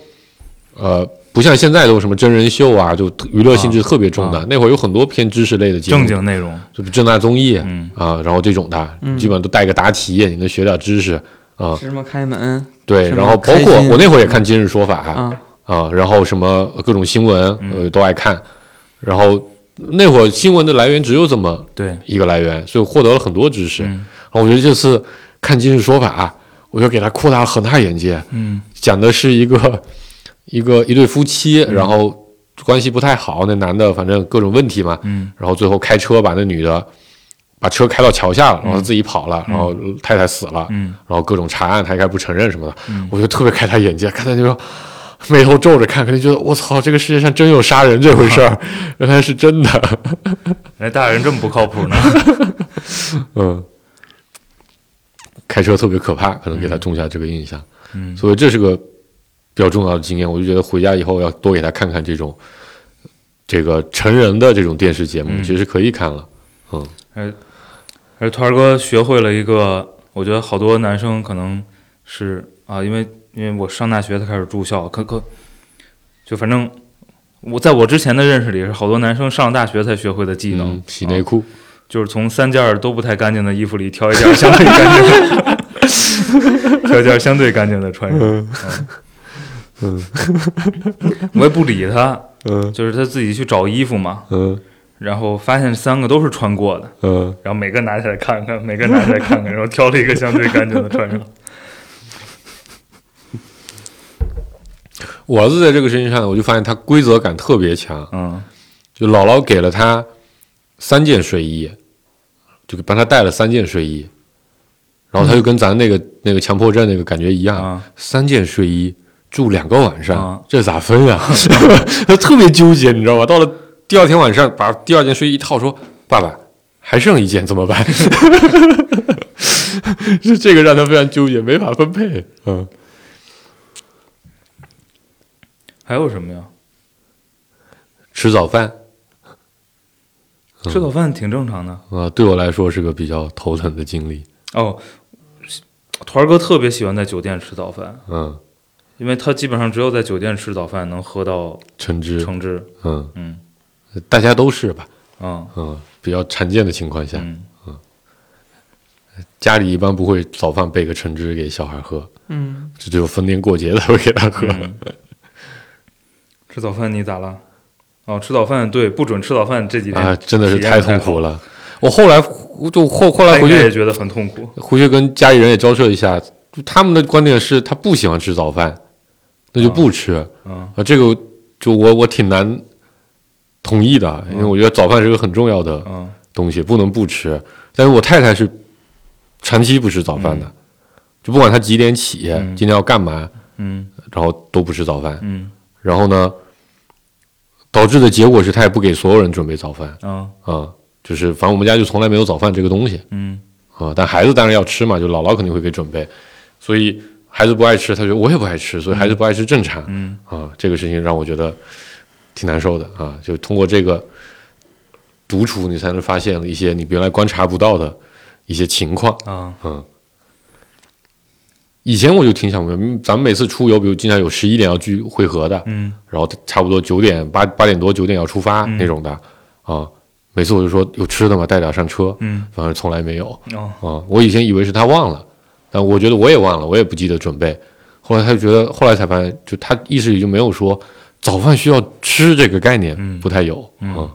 Speaker 5: 呃不像现在都有什么真人秀啊，就娱乐性质特别重的，
Speaker 4: 啊
Speaker 5: 那会儿有很多偏知识类的节目，
Speaker 4: 正经内容，
Speaker 5: 就是正大综艺。
Speaker 4: 嗯
Speaker 5: 啊，然后这种的，
Speaker 3: 嗯
Speaker 5: 基本上都带个答题，你能学点知识啊。
Speaker 3: 是什么开门
Speaker 5: 对，
Speaker 3: 什么
Speaker 5: 然后包
Speaker 3: 开
Speaker 5: 括
Speaker 3: 心
Speaker 5: 我那会儿也看《今日说法》啊，
Speaker 3: 啊，
Speaker 5: 然后什么各种新闻，
Speaker 4: 嗯
Speaker 5: 呃，都爱看。然后那会儿新闻的来源只有这么
Speaker 4: 对，
Speaker 5: 一个来源，所以我获得了很多知识。
Speaker 4: 嗯
Speaker 5: 然后我觉得这次看《今日说法》，啊我就给他扩大了很大眼界，
Speaker 4: 嗯
Speaker 5: 讲的是一个 一个一对夫妻，
Speaker 4: 嗯
Speaker 5: 然后关系不太好，那男的反正各种问题嘛，
Speaker 4: 嗯
Speaker 5: 然后最后开车把那女的把车开到桥下了，然后
Speaker 4: 嗯
Speaker 5: 自己跑了，
Speaker 4: 嗯
Speaker 5: 然后太太死了，
Speaker 4: 嗯
Speaker 5: 然后各种查案，他应该不承认什么的，
Speaker 4: 嗯
Speaker 5: 我就特别开他眼界，看他就说。 眉头皱着看，肯定觉得我操，这个世界上真有杀人这回事 儿，原来是真的。
Speaker 4: 哎，大人这么不靠谱呢，
Speaker 5: 嗯，开车特别可怕，可能给他种下这个印象，
Speaker 4: 嗯
Speaker 5: 所以这是个比较重要的经验。我就觉得回家以后要多给他看看这种这个成人的这种电视节目，
Speaker 4: 嗯
Speaker 5: 其实可以看了。嗯
Speaker 4: 而团儿哥学会了一个，我觉得好多男生可能是啊，因为因为我上大学才开始住校，可可就反正我在我之前的认识里是好多男生上大学才学会的技能，
Speaker 5: 嗯洗内
Speaker 4: 啊
Speaker 5: 裤，
Speaker 4: 就是从三件儿都不太干净的衣服里挑一件儿相对干净的， 挑一件儿相对干净的穿上。嗯， 我也不理他，
Speaker 5: 嗯
Speaker 4: 就是他自己去找衣服嘛，
Speaker 5: 嗯
Speaker 4: 然后发现三个都是穿过的。
Speaker 5: 嗯
Speaker 4: 然后每个拿起来看看，每个拿起来看看，然后挑了一个相对干净的穿 上。
Speaker 5: 我儿子在这个事情上，我就发现他规则感特别强，
Speaker 4: 嗯
Speaker 5: 就姥姥给了他三件睡衣，就帮他带了三件睡衣，然后他就跟咱那个、那个强迫症那个感觉一样，
Speaker 4: 啊
Speaker 5: 三件睡衣住两个晚上，
Speaker 4: 啊
Speaker 5: 这咋分呀、他 特别纠结，你知道吧？到了第二天晚上，把第二件睡衣一套，说：“爸爸，还剩一件怎么办？” 是这个让他非常纠结，没法分配。嗯，
Speaker 4: 还有什么呀？
Speaker 5: 吃早饭嗯
Speaker 4: 吃早饭挺正常的
Speaker 5: 啊、呃对我来说是个比较头疼的经历。
Speaker 4: 哦。团儿哥特别喜欢在酒店吃早饭，
Speaker 5: 嗯，
Speaker 4: 因为他基本上只有在酒店吃早饭能喝到
Speaker 5: 橙汁，
Speaker 4: 橙汁。
Speaker 5: 嗯，
Speaker 4: 嗯
Speaker 5: 大家都是吧？
Speaker 4: 啊
Speaker 5: 嗯，比较常见的情况下，
Speaker 4: 嗯，
Speaker 5: 家里一般不会早饭备个橙汁给小孩喝，
Speaker 3: 嗯，
Speaker 5: 这只有逢年过节才会给他喝。
Speaker 4: 嗯吃早饭你咋了？哦，吃早饭对，不准吃早饭这几天
Speaker 5: 啊，真的是
Speaker 4: 体验
Speaker 5: 太
Speaker 4: 不
Speaker 5: 痛
Speaker 4: 好
Speaker 5: 苦，了。我后来我就后
Speaker 4: 他
Speaker 5: 后来
Speaker 4: 应
Speaker 5: 回
Speaker 4: 该也
Speaker 5: 去
Speaker 4: 觉得很痛苦。
Speaker 5: 回去跟家里人也交涉一下，就他们的观点是他不喜欢吃早饭，那就不吃
Speaker 4: 嗯
Speaker 5: 啊。这个就我我挺难同意的，因为我觉得早饭是个很重要的
Speaker 4: 嗯，
Speaker 5: 东西，不能不吃。但是我太太是长期不吃早饭的，就不管她几点起，
Speaker 4: 嗯
Speaker 5: 今天要干嘛，
Speaker 4: 嗯
Speaker 5: 然后都不吃早饭。
Speaker 4: 嗯
Speaker 5: 然后呢，导致的结果是她也不给所有人准备早饭。
Speaker 4: 啊
Speaker 5: 啊、就是反正我们家就从来没有早饭这个东西
Speaker 4: 嗯
Speaker 5: 啊、但孩子当然要吃嘛，就姥姥肯定会给准备，所以孩子不爱吃，他说我也不爱吃，所以孩子不爱吃正常啊、
Speaker 4: 嗯
Speaker 5: 这个事情让我觉得挺难受的啊，就通过这个独处，你才能发现一些你原来观察不到的一些情况。
Speaker 4: 啊
Speaker 5: 以前我就挺想不明白，咱们每次出游，比如经常有十一点要聚会合的，
Speaker 4: 嗯
Speaker 5: 然后差不多九点八八点多九点要出发那种的啊、每次我就说有吃的吗？带点上车，
Speaker 4: 嗯
Speaker 5: 反正从来没有。
Speaker 4: 哦
Speaker 5: 啊、我以前以为是他忘了，但我觉得我也忘了，我也不记得准备。后来他就觉得，后来才发现，就他意识里就没有说早饭需要吃这个概念，
Speaker 4: 嗯
Speaker 5: 不太有啊、
Speaker 4: 嗯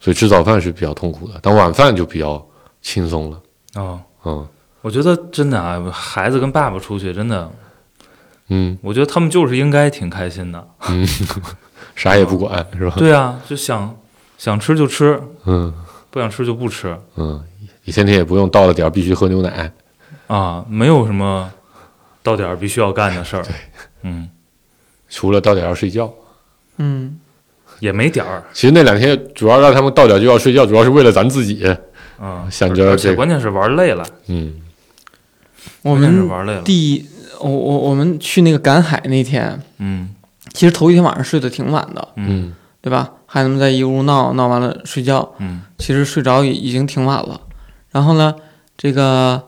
Speaker 5: 所以吃早饭是比较痛苦的，但晚饭就比较轻松了。
Speaker 4: 哦，
Speaker 5: 嗯
Speaker 4: 我觉得真的啊，孩子跟爸爸出去真的，
Speaker 5: 嗯，
Speaker 4: 我觉得他们就是应该挺开心的。
Speaker 5: 啥也不管、是吧？
Speaker 4: 对啊，就想想吃就吃，
Speaker 5: 嗯
Speaker 4: 不想吃就不吃
Speaker 5: 嗯，你天天也不用到了点儿必须喝牛奶。
Speaker 4: 啊，没有什么到点儿必须要干的事儿。嗯，
Speaker 5: 除了到点儿要睡觉，
Speaker 3: 嗯，
Speaker 4: 也没点儿
Speaker 5: 其实那两天主要让他们到点儿就要睡觉，主要是为了咱自己。
Speaker 4: 啊，
Speaker 5: 想
Speaker 4: 而
Speaker 5: 着这
Speaker 4: 且
Speaker 5: 个
Speaker 4: 关键是玩累了，
Speaker 5: 嗯
Speaker 3: 我
Speaker 4: 关键是
Speaker 3: 们
Speaker 4: 玩累了。
Speaker 3: 第我我我们去那个赶海那天，
Speaker 4: 嗯
Speaker 3: 其实头一天晚上睡得挺晚的，
Speaker 5: 嗯
Speaker 3: 对吧？孩子们在一屋闹闹完了睡觉，
Speaker 4: 嗯
Speaker 3: 其实睡着也已经挺晚了。然后呢，这个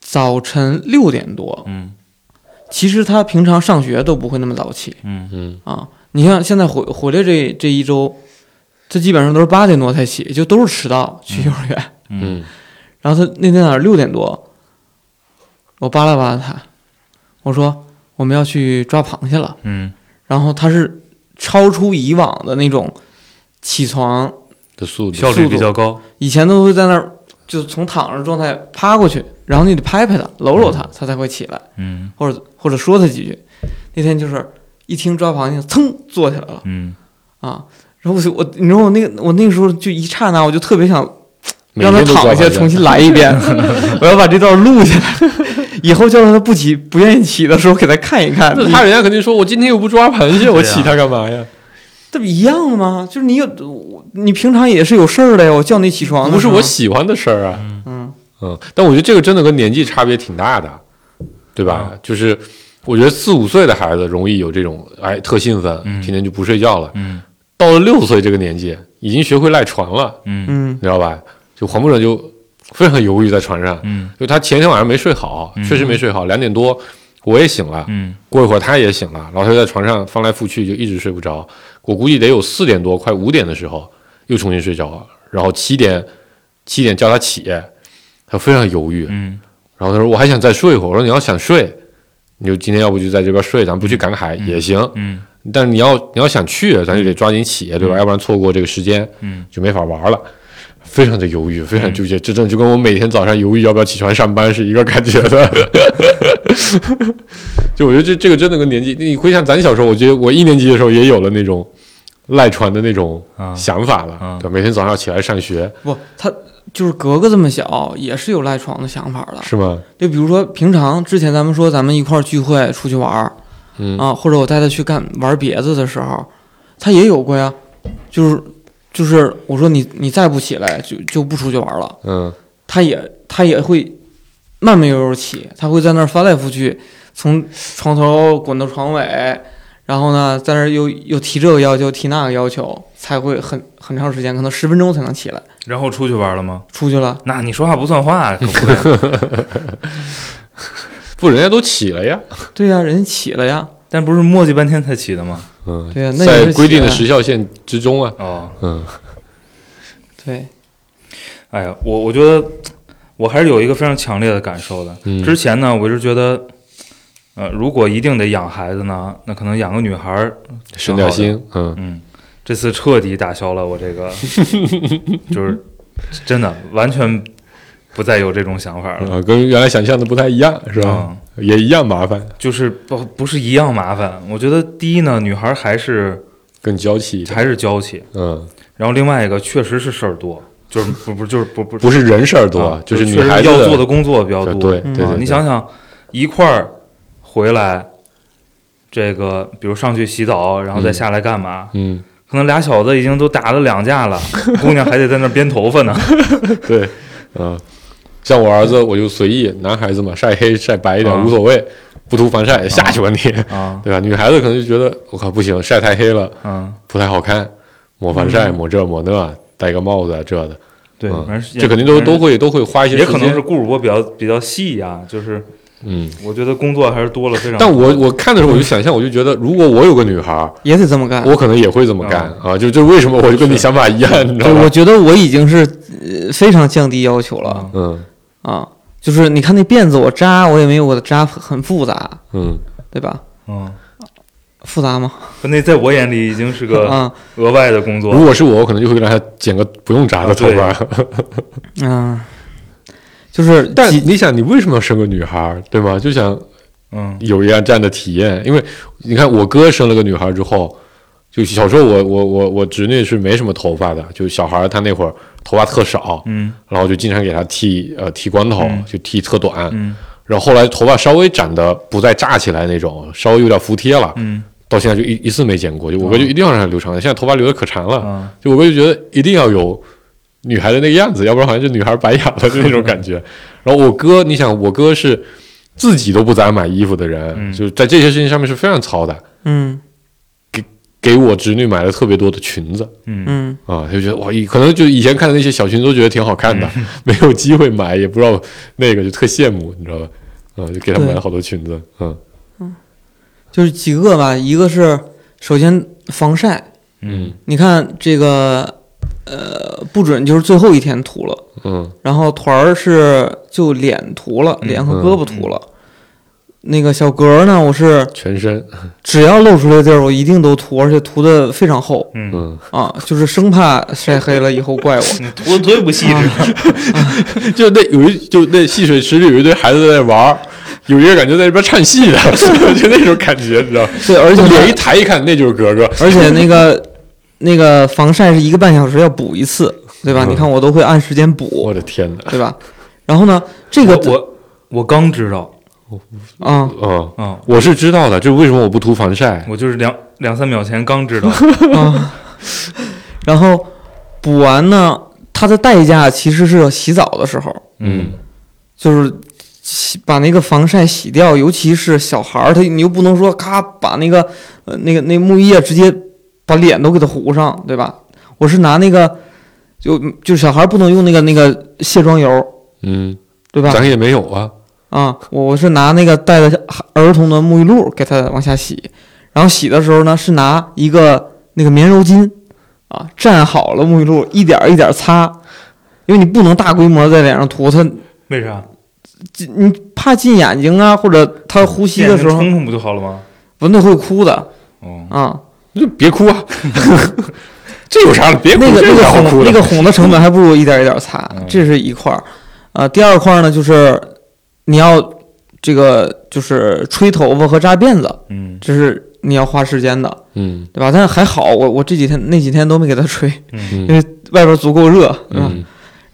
Speaker 3: 早晨六点多，
Speaker 4: 嗯
Speaker 3: 其实他平常上学都不会那么早起
Speaker 4: 嗯
Speaker 5: 嗯
Speaker 3: 啊。你像现在回回来这这一周，他基本上都是八点多才起，就都是迟到去幼儿园。
Speaker 5: 嗯，
Speaker 3: 然后他那天晚上六点多，我扒拉扒拉他，我说我们要去抓螃蟹了。
Speaker 4: 嗯
Speaker 3: 然后他是超出以往的那种起床，
Speaker 5: 的嗯速度
Speaker 4: 效率比较高。
Speaker 3: 以前都会在那儿就从躺着状态趴过去，然后你得拍拍他，搂搂他，他才会起来，
Speaker 4: 嗯
Speaker 3: 或者或者说他几句。那天就是一听抓螃蟹，噌坐起来了
Speaker 4: 嗯
Speaker 3: 啊！然后我就我你知道我那个我那个时候就一刹那我就特别想
Speaker 5: 每
Speaker 3: 让他
Speaker 5: 天都抓
Speaker 3: 躺下
Speaker 5: 螃蟹
Speaker 3: 重新来一 遍，我要把这段录下来，以后叫他不起不愿意起的时候给他看一看。
Speaker 5: 那他人家肯定说，我今天又不抓螃蟹，我
Speaker 4: 对啊
Speaker 5: 起它干嘛呀？
Speaker 3: 这不一样的吗？就是你有我你平常也是有事儿的呀，我叫你起床的
Speaker 5: 不是
Speaker 3: 时候
Speaker 5: 我喜欢的事儿啊。
Speaker 3: 嗯
Speaker 5: 嗯，但我觉得这个真的跟年纪差别挺大的，对吧？
Speaker 4: 嗯
Speaker 5: 就是我觉得四五岁的孩子容易有这种，哎，特兴奋，
Speaker 4: 嗯
Speaker 5: 天天就不睡觉了。
Speaker 4: 嗯
Speaker 5: 到了六岁这个年纪，已经学会赖床了，
Speaker 4: 嗯
Speaker 3: 嗯
Speaker 5: 你知道吧？就黄不准就非常犹豫在床上，
Speaker 4: 嗯
Speaker 5: 就他前一天晚上没睡好，
Speaker 4: 嗯
Speaker 5: 确实没睡好，两点多我也醒了，
Speaker 4: 嗯
Speaker 5: 过一会儿他也醒了，然后他就在床上翻来覆去，就一直睡不着。我估计得有四点多，快五点的时候又重新睡着了，然后七点七点叫他起，他非常犹豫，
Speaker 4: 嗯
Speaker 5: 然后他说我还想再睡一会儿。我说你要想睡，你就今天要不就在这边睡，咱们不去赶海也行，
Speaker 4: 嗯
Speaker 5: 但是你要你要想去，咱就得抓紧起，对吧？要不然错过这个时间
Speaker 4: 嗯
Speaker 5: 就没法玩了。非常的犹豫，非常纠结，这真的就跟我每天早上犹豫要不要起床上班是一个感觉的。 就我觉得这这个真的跟年纪，你回想咱小时候，我觉得我一年级的时候也有了那种赖床的那种
Speaker 4: 啊
Speaker 5: 想法了，
Speaker 4: 啊
Speaker 5: 对吧，每天早上要起来上学，
Speaker 3: 不，他就是格格这么小，也是有赖床的想法
Speaker 4: 啊
Speaker 3: 的。
Speaker 5: 是吗？
Speaker 3: 就比如说平常之前咱们说咱们一块儿聚会出去玩儿
Speaker 5: 嗯
Speaker 3: 啊，或者我带他去干玩别的的时候，他也有过呀，就是就是我说你你再不起来就就不出去玩了，
Speaker 5: 嗯
Speaker 3: 他也他也会慢慢悠悠起，他会在那儿翻来覆去，从床头滚到床尾，然后呢在那儿又又提这个要求提那个要求，才会很很长时间，可能十分钟才能起来，
Speaker 4: 然后出去玩了吗？
Speaker 3: 出去了。
Speaker 4: 那你说话不算话，可不会。
Speaker 5: 不，人家都起了呀。
Speaker 3: 对呀、人家起了呀。
Speaker 4: 但不是磨叽半天才起的吗？
Speaker 5: 嗯，
Speaker 3: 对呀啊那也
Speaker 5: 在
Speaker 3: 是
Speaker 5: 规定的
Speaker 3: 起来
Speaker 5: 时效线之中啊。
Speaker 4: 哦，
Speaker 5: 嗯
Speaker 3: 对，
Speaker 4: 哎呀，我我觉得我还是有一个非常强烈的感受的。
Speaker 5: 嗯
Speaker 4: 之前呢，我一直觉得，呃，如果一定得养孩子呢，那可能养个女孩儿
Speaker 5: 省点心。嗯
Speaker 4: 嗯，这次彻底打消了我这 个，就是真的完全不再有这种想法了。
Speaker 5: 啊，跟原来想象的不太一样，是吧？
Speaker 4: 嗯，
Speaker 5: 也一样麻烦，
Speaker 4: 就是不不是一样麻烦。我觉得第一呢，女孩还是
Speaker 5: 更娇气一点。
Speaker 4: 还是娇气，
Speaker 5: 嗯，
Speaker 4: 然后另外一个确实是事儿多，就是不不就是不不
Speaker 5: 不是人事儿多，
Speaker 4: 啊
Speaker 5: 就是女
Speaker 4: 确实
Speaker 5: 孩子
Speaker 4: 要做的工作比较
Speaker 5: 对
Speaker 4: 多。
Speaker 5: 对
Speaker 3: 嗯
Speaker 5: 对对
Speaker 4: 啊，
Speaker 5: 对
Speaker 4: 你想想一块儿回来，这个比如上去洗澡，然后再
Speaker 5: 嗯
Speaker 4: 下来干嘛？
Speaker 5: 嗯，
Speaker 4: 可能俩小子已经都打了两架 了，姑娘还得在那儿编头发呢。
Speaker 5: 对，嗯、像我儿子，我就随意，男孩子嘛，晒黑晒白一点、
Speaker 4: 啊
Speaker 5: 无所谓，不涂防晒下去 吧你，
Speaker 4: 啊，
Speaker 5: 对吧？女孩子可能就觉得我靠不行，晒太黑了
Speaker 4: 嗯，
Speaker 5: 不太好看，抹防晒，抹这抹那，戴个帽子啊这的，
Speaker 4: 对，
Speaker 5: 嗯
Speaker 4: 反正是
Speaker 5: 这肯定都都。会都会花一些
Speaker 4: 也
Speaker 5: 时
Speaker 4: 可能
Speaker 5: 间
Speaker 4: 是，顾主播比较比较细呀、就是
Speaker 5: 嗯。
Speaker 4: 我觉得工作还是多了非常多。
Speaker 5: 但我我看的时候，我就想象，我就觉得，如果我有个女孩儿，
Speaker 3: 也得这么干。
Speaker 5: 我可能也会这么干啊！就就为什么我就跟你想法一样，你
Speaker 3: 对，
Speaker 5: 知道
Speaker 3: 我
Speaker 5: 吧？
Speaker 3: 觉得我已经是呃非常降低要求了
Speaker 5: 嗯
Speaker 3: 啊。就是你看那辫子我扎，我也没有我的扎很复杂，
Speaker 5: 嗯，
Speaker 3: 对吧？
Speaker 4: 嗯，
Speaker 3: 复杂吗？
Speaker 4: 那在我眼里已经是 个
Speaker 3: 啊
Speaker 4: 额外的工作
Speaker 5: 如。果是我，我可能就会让她剪个不用扎的头发。
Speaker 3: 嗯，就是
Speaker 5: 但
Speaker 3: 几
Speaker 5: 你想，你为什么要生个女孩儿，对吗？就想
Speaker 4: 嗯
Speaker 5: 有一样这样的体验，因为你看我哥生了个女孩之后，就小时候我我我我侄女是没什么头发的，就小孩儿她那会儿头发特少，
Speaker 4: 嗯
Speaker 5: 然后就经常给她剃呃剃光头，
Speaker 4: 嗯
Speaker 5: 就剃特短，
Speaker 4: 嗯
Speaker 5: 然后后来头发稍微长得不再炸起来那种，稍微有点服帖了，
Speaker 4: 嗯哦
Speaker 5: 到现在就一一次没剪过，就我哥就一定要让她留长，现在头发留的可长了，
Speaker 4: 啊
Speaker 5: 就我哥就觉得一定要有女孩的那个样子，要不然好像就女孩白养了就那种感觉。然后我哥，你想，我哥是自己都不咋买衣服的人，
Speaker 4: 嗯
Speaker 5: 就在这些事情上面是非常糙的。
Speaker 3: 嗯
Speaker 5: 给我侄女买了特别多的裙子
Speaker 4: 嗯
Speaker 3: 嗯
Speaker 5: 啊，他就觉得哇，以可能就以前看的那些小裙子都觉得挺好看的，没有机会买，也不知道那个就特羡慕，你知道吧？啊，就给她买了好多裙子，嗯
Speaker 3: 就是几个吧，一个是首先防晒，
Speaker 4: 嗯
Speaker 3: 你看这个呃不准就是最后一天涂了。
Speaker 5: 嗯
Speaker 3: 然后团儿是就脸涂了，
Speaker 4: 嗯
Speaker 3: 脸和胳膊涂了。那个小格儿呢，我是
Speaker 5: 全身，
Speaker 3: 只要露出来地儿，我一定都涂，而且涂的非常厚
Speaker 4: 嗯，
Speaker 5: 嗯，
Speaker 3: 啊，就是生怕晒黑了以后怪我。
Speaker 4: 你涂的忒不细致。
Speaker 5: 就那有一就那戏水池里有一堆孩子在那玩儿，有一个感觉在那边唱戏的， 就那种感觉，你知道吧？
Speaker 3: 对，而且呢
Speaker 5: 脸一抬一看，那就是格格。
Speaker 3: 而 且那个那个防晒是一个半小时要补一次，对吧？
Speaker 5: 嗯
Speaker 3: 你看我都会按时间补
Speaker 5: 我，的天哪！
Speaker 3: 对吧？然后呢，这个
Speaker 4: 我我我刚知道
Speaker 3: 啊，
Speaker 5: 嗯，
Speaker 4: 啊，
Speaker 5: 我是知道的，这为什么我不涂防晒？
Speaker 4: 我就是两两三秒前 刚知道。
Speaker 3: 啊，然后补完呢，它的代价其实是洗澡的时候，
Speaker 5: 嗯
Speaker 3: 就是洗把那个防晒洗掉，尤其是小孩儿，他你又不能说咔把那个呃那个那沐浴液直接把脸都给他糊上，对吧？我是拿那个就就小孩儿不能用那个那个卸妆油，
Speaker 5: 嗯，
Speaker 3: 对吧？
Speaker 5: 咱也没有啊。
Speaker 3: 啊，我我是拿那个带的儿童的沐浴露给他往下洗，然后洗的时候呢是拿一个那个棉柔巾啊蘸好了沐浴露，一点儿一点儿擦，因为你不能大规模在脸上涂，它
Speaker 4: 为啥？
Speaker 3: 进你怕进眼睛啊，或者他呼吸的时
Speaker 4: 眼睛
Speaker 3: 候
Speaker 4: 冲冲不就好了吗？
Speaker 3: 闻到会哭的
Speaker 4: 哦，
Speaker 3: 啊。
Speaker 5: 就别 哭啊，这有啥的？别哭，
Speaker 3: 那个
Speaker 5: 哎这
Speaker 3: 那
Speaker 5: 有
Speaker 3: 个
Speaker 5: 啥好哭
Speaker 3: 哄
Speaker 5: 的？嗯
Speaker 3: 那个哄的成本还不如一点一点擦，这是一块儿。啊，第二块儿呢就是你要这个就是吹头发和扎辫子，
Speaker 4: 嗯
Speaker 3: 这是你要花时间的，
Speaker 5: 嗯
Speaker 3: 对吧？但是还好，我我这几天那几天都没给他吹，
Speaker 5: 嗯
Speaker 3: 因为外边足够热，对吧？
Speaker 5: 嗯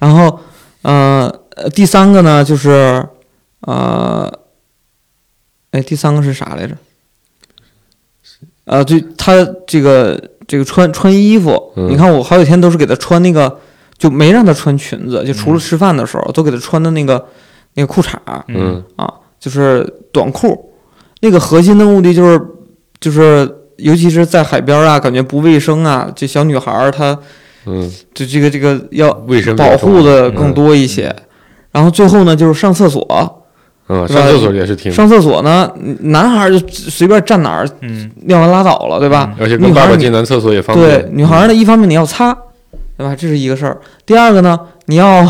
Speaker 3: 然后呃，呃第三个呢就是呃，哎，第三个是啥来着？呃，就他这个这个穿穿衣服，
Speaker 5: 嗯
Speaker 3: 你看我好几天都是给他穿那个，就没让他穿裙子，就除了吃饭的时候，都给他穿的那个那个裤衩儿
Speaker 5: 嗯
Speaker 3: 啊，就是短裤。那个核心的目的就是就是，尤其是在海边儿啊，感觉不卫生啊，这小女孩儿她
Speaker 5: 嗯，
Speaker 3: 就这个这个要
Speaker 5: 卫生比较嗯
Speaker 3: 保
Speaker 5: 重要
Speaker 3: 护的更多一些。然后最后呢，就是上厕所，
Speaker 5: 嗯，
Speaker 3: 是吧
Speaker 5: 上厕所也是挺，
Speaker 3: 上厕所呢，男孩儿就随便站哪儿
Speaker 4: 嗯
Speaker 3: 尿完拉倒了，对吧？
Speaker 5: 而且
Speaker 3: 女
Speaker 5: 跟
Speaker 3: 孩
Speaker 5: 爸
Speaker 3: 儿
Speaker 5: 爸
Speaker 3: 你
Speaker 5: 进男厕所也嗯方便。嗯
Speaker 3: 对，女孩儿呢，一方面你要擦，对吧？这是一个事儿。第二个呢，你要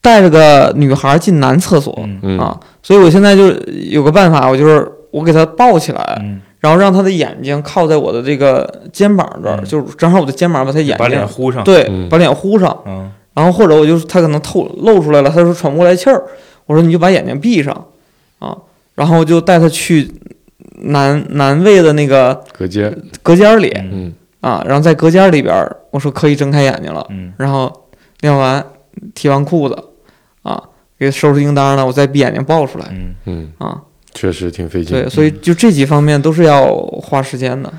Speaker 3: 带着个女孩儿进男厕所、
Speaker 4: 嗯
Speaker 5: 嗯，
Speaker 3: 啊。所以我现在就有个办法，我就是我给她抱起来，
Speaker 4: 嗯，
Speaker 3: 然后让她的眼睛靠在我的这个肩膀这儿，
Speaker 4: 嗯
Speaker 3: 就是正好我的肩膀把她眼睛
Speaker 4: 把脸糊上，
Speaker 3: 对，
Speaker 5: 嗯
Speaker 3: 把脸糊上。
Speaker 4: 嗯
Speaker 3: 然后或者我就是他可能透露出来了，他说喘不过来气儿，我说你就把眼睛闭上啊，然后就带他去男男卫的那个
Speaker 5: 隔间，
Speaker 3: 隔间里
Speaker 4: 嗯
Speaker 5: 嗯
Speaker 3: 啊，然后在隔间里边儿，我说可以睁开眼睛了，
Speaker 4: 嗯
Speaker 3: 然后尿完提完裤子啊，给收拾应当了，我再闭眼睛抱出来
Speaker 4: 嗯，
Speaker 5: 嗯，
Speaker 3: 啊，
Speaker 5: 确实挺费劲。
Speaker 3: 对，所以就这几方面都是要花时间的，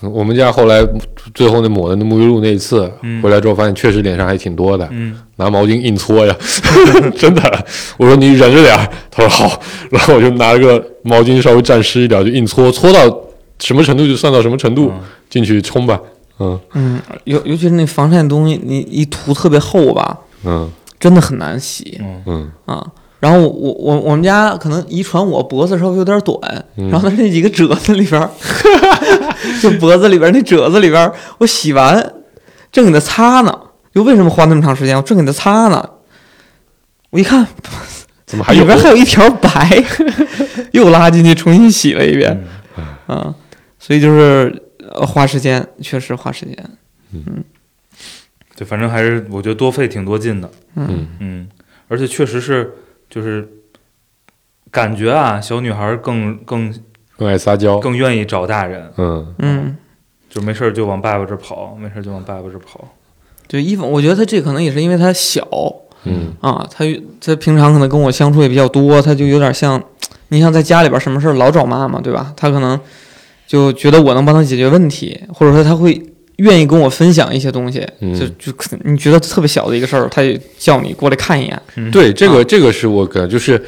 Speaker 5: 我们家后来最后那抹的那沐浴露那一次
Speaker 4: 嗯
Speaker 5: 回来之后，发现确实脸上还挺多的，
Speaker 4: 嗯
Speaker 5: 拿毛巾硬搓呀， 真的。我说你忍着点儿，他说好，然后我就拿个毛巾稍微沾湿一点，就硬搓，搓到什么程度就算到什么程度，
Speaker 4: 嗯
Speaker 5: 进去冲吧。嗯
Speaker 3: 嗯，尤尤其是那防晒东西，你一涂特别厚吧，
Speaker 5: 嗯
Speaker 3: 真的很难洗，
Speaker 4: 嗯
Speaker 5: 嗯
Speaker 3: 啊。然后我我我我们家可能遗传我脖子稍微有点短，
Speaker 5: 嗯
Speaker 3: 然后那几个褶子里边儿， 就脖子里边儿那褶子里边儿，我洗完正给它擦呢，就为什么花那么长时间？我正给它擦呢，我一看
Speaker 5: 怎么还
Speaker 3: 里
Speaker 5: 有？
Speaker 3: 边还有一条白， 又拉进去重新洗了一遍，
Speaker 4: 嗯
Speaker 3: 啊，所以就是呃花时间，确实花时间。
Speaker 4: 对，反正还是我觉得多费挺多劲的，
Speaker 5: 嗯
Speaker 4: 嗯，而且确实是就是感觉啊，小女孩更更
Speaker 5: 更爱撒娇。
Speaker 4: 更愿意找大人，
Speaker 5: 嗯
Speaker 3: 嗯，
Speaker 4: 就没事儿就往爸爸这儿跑，没事儿就往爸爸这儿跑，
Speaker 3: 对，一我觉得他这可能也是因为他小，
Speaker 5: 嗯
Speaker 3: 啊，他他平常可能跟我相处也比较多，他就有点像，你像在家里边什么事儿老找妈妈，对吧？他可能就觉得我能帮他解决问题，或者说他会愿意跟我分享一些东西，
Speaker 5: 嗯
Speaker 3: 就就可你觉得特别小的一个事儿，他也叫你过来看一眼，
Speaker 5: 对，这个这个是我感觉就是，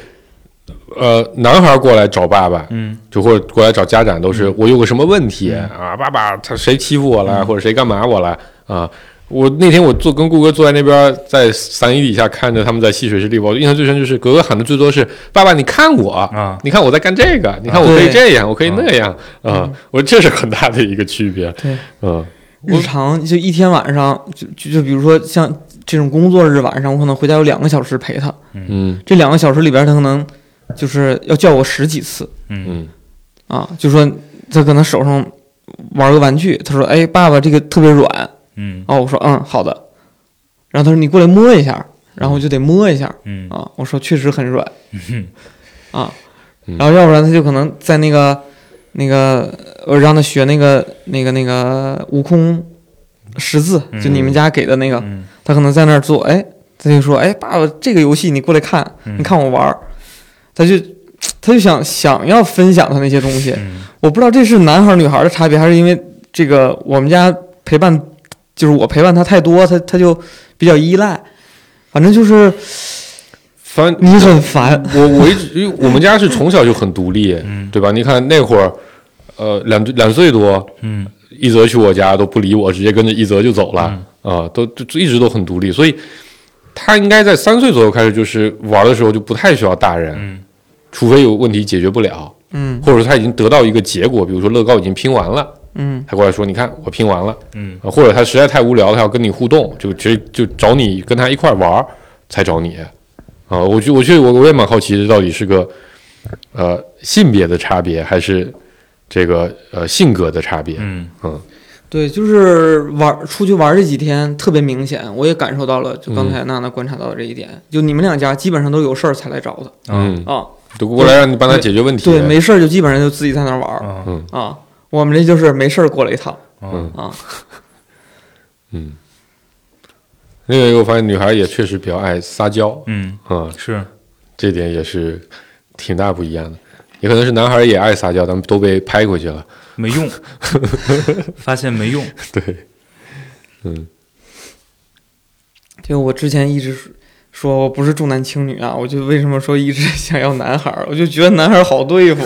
Speaker 5: 呃，男孩过来找爸爸，
Speaker 4: 嗯
Speaker 5: 就或者过来找家长都是我有个什么问题、啊，爸爸他谁欺负我了，或者谁干嘛我了啊。我那天我坐跟顾哥坐在那边，在伞雨底下看着他们在戏水市立我印象最深就是格格喊的最多是“爸爸，你看我，
Speaker 4: 啊
Speaker 5: 你看我在干这个，你看我可以
Speaker 3: 对
Speaker 5: 这样，我可以那样啊。”我说这是很大的一个区别，
Speaker 3: 对，
Speaker 5: 嗯
Speaker 3: 日常就一天晚上就就就比如说像这种工作日晚上，我可能回家有两个小时陪他，
Speaker 5: 嗯
Speaker 3: 这两个小时里边他可能就是要叫我十几次，
Speaker 4: 嗯
Speaker 5: 嗯
Speaker 3: 啊，就说他可能手上玩个玩具，他说：“哎，爸爸，这个特别软。
Speaker 4: 嗯”
Speaker 3: 哦，我说：“嗯，好的。”然后他说：“你过来摸一下。”然后我就得摸一下
Speaker 4: 嗯
Speaker 3: 啊，我说：“确实很软。”啊，
Speaker 5: 嗯
Speaker 3: 然后要不然他就可能在那个那个我让他学那个那个那个悟空识字，就你们家给的那个，
Speaker 4: 嗯
Speaker 3: 他可能在那儿做，哎，他就说：“哎，爸爸，这个游戏你过来看，你看我玩儿。”他就他就想想要分享他那些东西。
Speaker 4: 嗯
Speaker 3: 我不知道这是男孩儿女孩儿的差别，还是因为这个我们家陪伴，就是我陪伴他太多，他他就比较依赖。反正就是
Speaker 5: 反
Speaker 3: 你很烦，
Speaker 5: 我我一直因为我们家是从小就很独立，对吧？你看那会儿，呃，两两岁多，
Speaker 4: 嗯
Speaker 5: 一泽去我家都不理我，直接跟着一泽就走了啊、都都一直都很独立，所以他应该在三岁左右开始就是玩的时候就不太需要大人，
Speaker 4: 嗯
Speaker 5: 除非有问题解决不了，
Speaker 3: 嗯
Speaker 5: 或者说他已经得到一个结果，比如说乐高已经拼完了，
Speaker 3: 嗯
Speaker 5: 他过来说你看我拼完了，
Speaker 4: 嗯
Speaker 5: 啊或者他实在太无聊了，他要跟你互动，就直接就找你跟他一块儿玩儿才找你啊。我就我去我我也蛮好奇，这到底是个呃性别的差别，还是这个呃性格的差别？
Speaker 4: 嗯
Speaker 3: 对，就是玩儿出去玩儿这几天特别明显，我也感受到了，就刚才娜娜观察到的这一点，就你们两家基本上都有事儿才来找他
Speaker 5: 嗯，
Speaker 3: 啊，
Speaker 5: 都过来让你帮他解决问题。
Speaker 3: 对，没事儿就基本上就自己在那儿玩儿
Speaker 4: 啊
Speaker 5: 嗯
Speaker 3: 啊，我们这
Speaker 4: 嗯
Speaker 3: 啊就是没事儿过来一趟
Speaker 4: 啊
Speaker 3: 啊，
Speaker 5: 嗯，那个以后我发现女孩也确实比较爱撒娇，
Speaker 4: 嗯，
Speaker 5: 嗯，
Speaker 4: 是，
Speaker 5: 这点也是挺大不一样的。也可能是男孩也爱撒娇，咱们都被拍回去了。
Speaker 4: 没用，发现没用，
Speaker 5: 对，
Speaker 3: 就我之前一直说说我不是重男轻女啊，我就为什么说一直 想要男孩儿，我就觉得男孩儿好对付，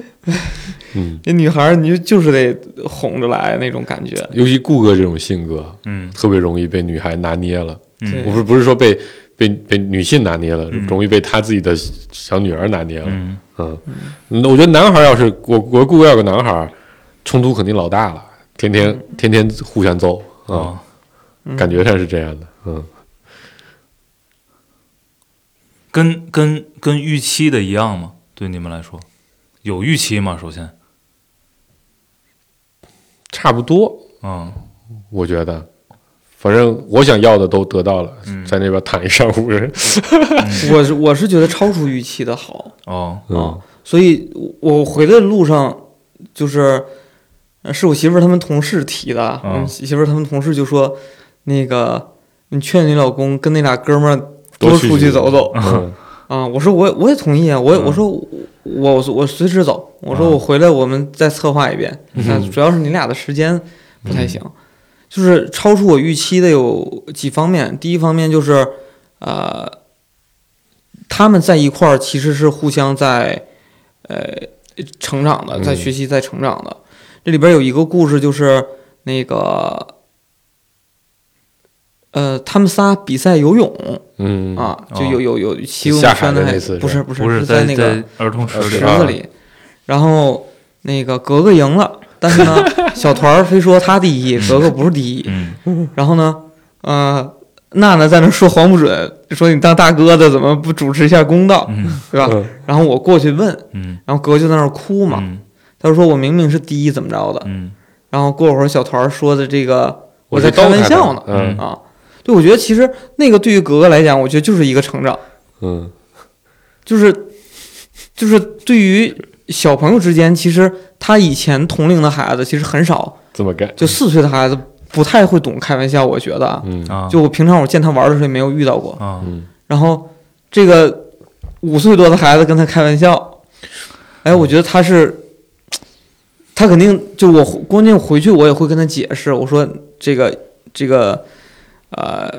Speaker 5: 嗯，
Speaker 3: 那女孩儿你就就是得哄着来那种感觉。
Speaker 5: 尤其顾哥这种性格，
Speaker 4: 嗯
Speaker 5: 特别容易被女孩拿捏了。
Speaker 3: 对
Speaker 5: 嗯我不是不是说被被被女性拿捏了，
Speaker 4: 嗯
Speaker 5: 容易被她自己的小女儿拿捏了。
Speaker 4: 嗯，
Speaker 5: 嗯，那我觉得男孩要是我我顾哥要个男孩，冲突肯定老大了，天天天天互相揍啊，
Speaker 4: 哦，
Speaker 5: 感觉上是这样的。嗯，
Speaker 4: 跟跟跟预期的一样吗？对你们来说，有预期吗？首先，
Speaker 5: 差不多，
Speaker 4: 嗯，
Speaker 5: 我觉得。反正我想要的都得到了，在那边躺一上午。
Speaker 3: 我是我是觉得超出预期的好，
Speaker 4: 哦，
Speaker 5: 嗯
Speaker 3: 所以我我回来的路上就是，呃是我媳妇儿他们同事提
Speaker 5: 啊
Speaker 3: 的，
Speaker 4: 嗯
Speaker 3: 我们媳妇儿他们同事就说，那个你劝你老公跟那俩哥们儿
Speaker 5: 多
Speaker 3: 出去走走
Speaker 5: 嗯，
Speaker 3: 啊。我说我我也同意啊，我也
Speaker 4: 嗯
Speaker 3: 我说我我我随时走，我说
Speaker 4: 嗯
Speaker 3: 我回来我们再策划一遍，那主要是你俩的时间不
Speaker 4: 嗯
Speaker 3: 太行，就是超出我预期的有几方面，第一方面就是呃。他们在一块儿其实是互相在，呃，成长的，
Speaker 5: 嗯
Speaker 3: 在学习，在成长的。这里边有一个故事，就是那个，呃，他们仨比赛游泳
Speaker 5: 嗯，
Speaker 3: 啊，
Speaker 4: 哦
Speaker 3: 就有有有骑游
Speaker 5: 下
Speaker 3: 泳
Speaker 5: 海
Speaker 3: 圈
Speaker 5: 的
Speaker 3: 的
Speaker 5: 那次
Speaker 3: 不
Speaker 5: 是
Speaker 3: 是不是
Speaker 4: 不是
Speaker 3: 在
Speaker 4: 在
Speaker 3: 那个
Speaker 4: 在儿童池
Speaker 5: 池
Speaker 4: 里
Speaker 3: 池
Speaker 4: 边儿，
Speaker 3: 子里，然后那个格格赢了，但是 呢，小团儿非说他第一，格格不是第一，
Speaker 4: 嗯，
Speaker 3: 然后呢，呃，娜娜在那说黄不准，说你当大哥的怎么不主持一下公道，
Speaker 4: 嗯
Speaker 3: 对吧？
Speaker 5: 嗯
Speaker 3: 然后我过去问，
Speaker 4: 嗯
Speaker 3: 然后格就在那儿哭嘛，
Speaker 4: 嗯
Speaker 3: 他就说我明明是第一，怎么着的？
Speaker 4: 嗯
Speaker 3: 然后过会儿小团儿说的这个，
Speaker 5: 我
Speaker 3: 在
Speaker 5: 是
Speaker 3: 开
Speaker 5: 刀
Speaker 3: 玩
Speaker 5: 砍
Speaker 3: 笑
Speaker 5: 的
Speaker 3: 呢、
Speaker 5: 嗯
Speaker 3: 啊。对，我觉得其实那个对于格格来讲，我觉得就是一个成长，
Speaker 5: 嗯，
Speaker 3: 就是就是对于小朋友之间，其实他以前同龄的孩子其实很少，
Speaker 5: 这么干。
Speaker 3: 就四岁的孩子不太会懂开玩笑，我觉得啊，
Speaker 5: 嗯
Speaker 4: 啊，
Speaker 3: 就我平常我见他玩的时候也没有遇到过。
Speaker 4: 啊，
Speaker 5: 嗯，
Speaker 3: 然后这个五岁多的孩子跟他开玩笑，哎，我觉得他是，他肯定就我关键回去我也会跟他解释，我说这个这个呃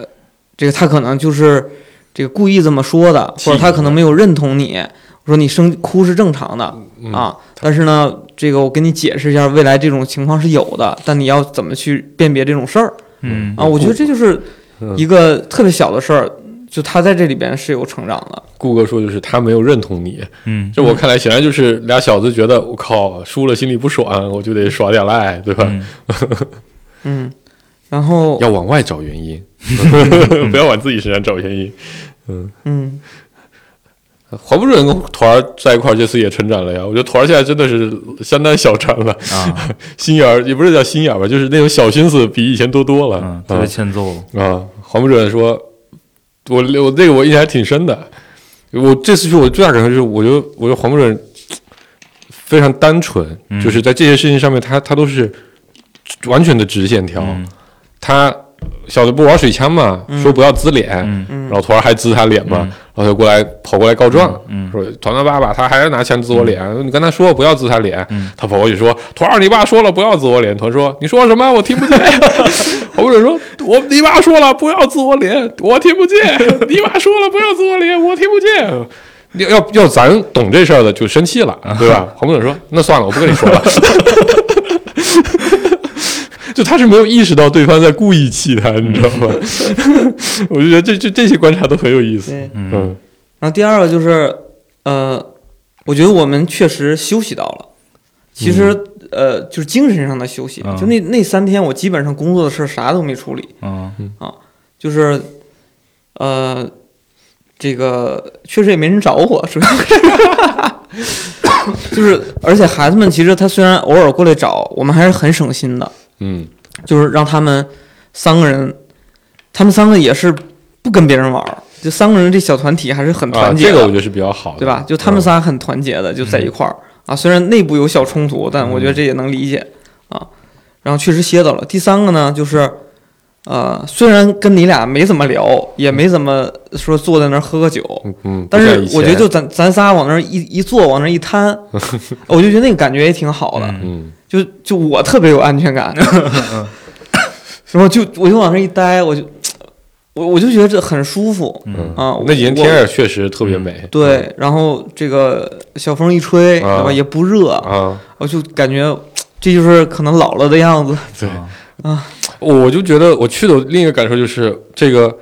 Speaker 3: 这个他可能就是这个故意这么说的，
Speaker 5: 气
Speaker 3: 或者他
Speaker 5: 你
Speaker 3: 可能没有认同你。我说你生哭是正常的
Speaker 5: 嗯
Speaker 3: 啊，但是呢，这个我跟你解释一下，未来这种情况是有的，但你要怎么去辨别这种事儿？
Speaker 4: 嗯
Speaker 3: 啊，我觉得这就是
Speaker 5: 嗯
Speaker 3: 一个特别小的事儿，就他在这里边是有成长的。
Speaker 5: 顾哥说就是他没有认同你，
Speaker 4: 嗯
Speaker 5: 这我看来显然就是俩小子觉得我靠输了心里不爽，我就得耍点赖，对吧？
Speaker 4: 嗯
Speaker 3: 嗯，然后
Speaker 5: 要往外找原因，
Speaker 4: 嗯
Speaker 5: 不要往自己身上找原因。
Speaker 3: 嗯，
Speaker 5: 黄不准跟团儿在一块儿这次也成长了呀，我觉得团儿现在真的是相当小长了，
Speaker 4: 啊，
Speaker 5: 心眼儿也不是叫心眼儿吧，就是那种小心思比以前多多了。
Speaker 4: 嗯，特别欠揍了，
Speaker 5: 啊，黄不准说，我我那个我印象还挺深的。我这次去，我最大感受就是，我觉得我觉得黄不准非常单纯，
Speaker 4: 嗯
Speaker 5: 就是在这些事情上面他，他都是完全的直线条。
Speaker 4: 嗯
Speaker 5: 他小的不玩水枪嘛，说不要滋脸，
Speaker 4: 嗯
Speaker 5: 老团儿还滋他脸嘛，
Speaker 4: 嗯
Speaker 5: 然后他就过来跑过来告状，
Speaker 4: 嗯嗯
Speaker 5: 说团团爸爸他还是拿枪滋我脸，你跟他说不要滋他脸，
Speaker 4: 嗯
Speaker 5: 他跑过去说团儿你爸说了不要滋我脸，团儿说你说什么我听 不见，或者说我你爸说了不要滋我脸，我听不见，你爸说了不要滋我脸，我听不见。啊要要要，咱懂这事儿的就生气了，对吧？黄部长说：“那算了，我不跟你说 了。”就他是没有意识到对方在故意气他，你知道吗？我就觉得这这这些观察都很有意思。
Speaker 3: 对。
Speaker 4: 嗯
Speaker 5: 嗯
Speaker 3: 然后第二个就是，呃，我觉得我们确实休息到了。其实，呃，就是精神上的休息。
Speaker 4: 嗯
Speaker 3: 就那那三天，我基本上工作的事儿啥都没处理，
Speaker 4: 嗯
Speaker 3: 就是，呃，这个确实也没人找我，主要是，就是， 而且孩子们其实他虽然偶尔过来找我们，还是很省心的。
Speaker 5: 嗯
Speaker 3: 就是让他们三个人，他们三个也是不跟别人玩儿，就三个人这小团体还是很
Speaker 5: 啊，
Speaker 3: 团结
Speaker 5: 这
Speaker 3: 的，
Speaker 5: 个我觉得是嗯比较好的，
Speaker 3: 对吧？就他们仨很团结的，就在一块儿、啊。虽然内部有小冲
Speaker 5: 嗯
Speaker 3: 突，但我觉得这也能理解、啊。然后确实歇到了。第三个呢，就是呃，虽然跟你俩没怎么聊，也没怎么说坐在那儿喝个酒，
Speaker 5: 嗯，
Speaker 3: 但是
Speaker 5: 不像以前
Speaker 3: 我觉得就咱咱仨往那儿一一坐，往那儿一 摊，我就觉得那个感觉也挺好的，
Speaker 5: 嗯
Speaker 3: 就就我特别有安全感，然后就我就往那儿一待，我就我我就觉得这很舒服，
Speaker 5: 嗯
Speaker 3: 啊
Speaker 5: 那几天
Speaker 3: 我
Speaker 5: 天也确实特别美，
Speaker 3: 对，然后这个小风一吹，
Speaker 5: 啊
Speaker 3: 对吧？也不热，
Speaker 5: 啊，
Speaker 3: 我就感觉这就是可能老了的样子。
Speaker 5: 对
Speaker 4: 啊
Speaker 5: 我就觉得我去的另一个感受就是这个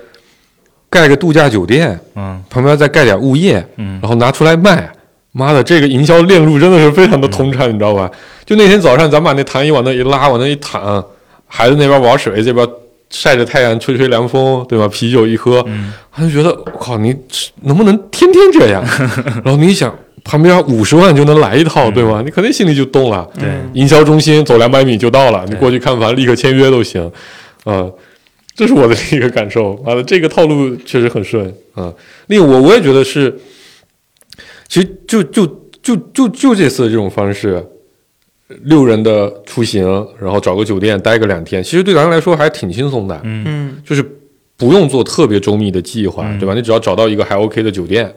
Speaker 5: 盖个度假酒店，
Speaker 4: 嗯
Speaker 5: 旁边再盖点物业，
Speaker 4: 嗯
Speaker 5: 然后拿出来卖。妈的，这个营销链路真的是非常的通畅，
Speaker 4: 嗯
Speaker 5: 你知道吧？就那天早上，咱把那躺椅往那一拉，往那一躺，孩子那边玩水，这边晒着太阳，吹吹凉风，对吧？啤酒一喝，
Speaker 4: 嗯
Speaker 5: 他就觉得我靠，你能不能天天这样？ 然后你一想，旁边五十万就能来一套，对吗？你肯定心里就动了。
Speaker 4: 嗯对
Speaker 3: 嗯
Speaker 5: 营销中心走两百米就到了，你
Speaker 4: 对
Speaker 5: 过去看房，立刻签约都行。啊、这是我的一个感受。完了，这个套路确实很顺啊、另我我也觉得是，其实就就就就就这次这种方式，六人的出行，然后找个酒店待个两天，其实对咱们来说还挺轻松的。
Speaker 4: 嗯
Speaker 3: 嗯
Speaker 5: 就是不用做特别周密的计划，对吧？你只要找到一个还 OK 的酒店，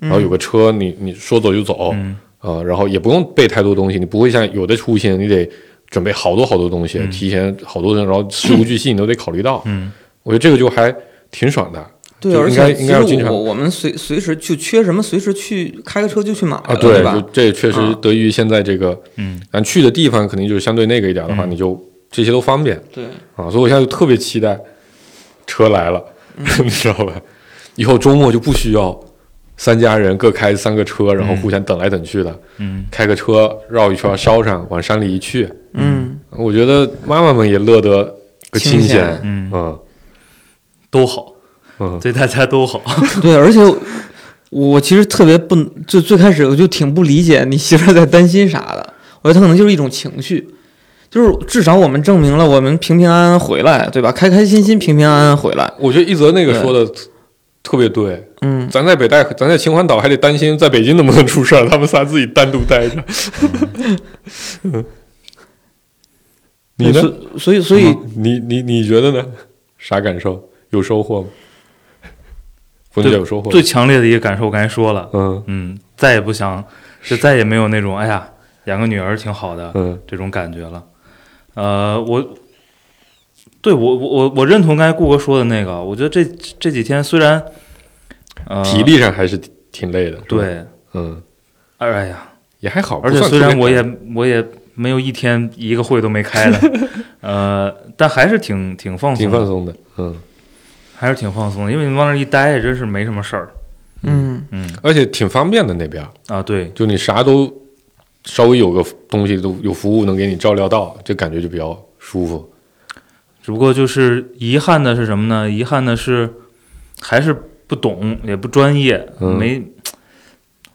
Speaker 5: 然后有个车，你你说走就走，
Speaker 4: 嗯
Speaker 5: 啊，然后也不用备太多东西，你不会像有的出行你得准备好多好多东西，提前好多人，然后事无巨细你都得考虑到。
Speaker 4: 嗯
Speaker 5: 我觉得这个就还挺爽的，
Speaker 3: 对，
Speaker 5: 就
Speaker 3: 而
Speaker 5: 应该
Speaker 3: 且
Speaker 5: 应该要
Speaker 3: 其
Speaker 5: 经
Speaker 3: 实
Speaker 5: 常
Speaker 3: 我我们随随时就缺什么，随时去开个车就去买
Speaker 5: 啊，
Speaker 3: 了，
Speaker 5: 对，就
Speaker 3: 呃吧？
Speaker 5: 这确实
Speaker 3: 啊
Speaker 5: 得益于现在这个，
Speaker 4: 嗯，
Speaker 5: 咱去的地方肯定就是相对那个一点的话，
Speaker 4: 嗯
Speaker 5: 你就这些都方便。
Speaker 3: 对，
Speaker 5: 啊，所以我现在就特别期待车来了， 你知道吧？以后周末就不需要三家人各开三个车，然后互相等来等去的，
Speaker 4: 嗯
Speaker 5: 开个车绕一圈烧上，往山里一去，啊
Speaker 3: 嗯，
Speaker 5: 我觉得妈妈们也乐得个
Speaker 3: 清闲
Speaker 5: 闲，
Speaker 4: 嗯
Speaker 5: 嗯
Speaker 4: 都好，
Speaker 5: 嗯
Speaker 4: 对大家都好。
Speaker 3: 对，而且我。我其实特别不，就最开始我就挺不理解你媳妇儿在担心啥的，我觉得她可能就是一种情绪，就是至少我们证明了我们平平安安回来，对吧？开开心心、平平安安回来，
Speaker 5: 我觉得一泽那个说的特别对，
Speaker 3: 嗯，
Speaker 5: 咱在北戴，咱在秦皇岛还得担心在北京能不能出事儿，他们仨自己单独待着。你呢？嗯
Speaker 3: 所所以所以
Speaker 5: 你你你觉得呢？啥感受？有收获吗？冯姐有收获吗
Speaker 4: 最强烈的一个感受，我刚才说了，
Speaker 5: 嗯
Speaker 4: 嗯，再也不想，就再也没有那种哎呀，养个女儿挺好的
Speaker 5: 嗯
Speaker 4: 这种感觉了。呃，我对我我我我认同刚才顾哥说的那个，我觉得这这几天虽然呃
Speaker 5: 体力上还是挺挺累的。是吧，
Speaker 4: 对，
Speaker 5: 嗯，
Speaker 4: 哎呀，
Speaker 5: 也还好。
Speaker 4: 而且
Speaker 5: 不算
Speaker 4: 虽然
Speaker 5: 特
Speaker 4: 我
Speaker 5: 别
Speaker 4: 也
Speaker 5: 赶
Speaker 4: 我也没有一天一个会都没开的，呃，但还是挺挺放松
Speaker 5: 挺
Speaker 4: 的，
Speaker 5: 放松的，嗯，
Speaker 4: 还是挺放松的，因为你往那儿一待也真是没什么事儿。
Speaker 3: 嗯
Speaker 4: 嗯
Speaker 5: 而且挺方便的那边儿，
Speaker 4: 啊，对，
Speaker 5: 就你啥都稍微有个东西都有服务能给你照料到，这感觉就比较舒服。
Speaker 4: 只不过就是遗憾的是什么呢？遗憾的是还是不懂，也不专业，
Speaker 5: 嗯
Speaker 4: 没。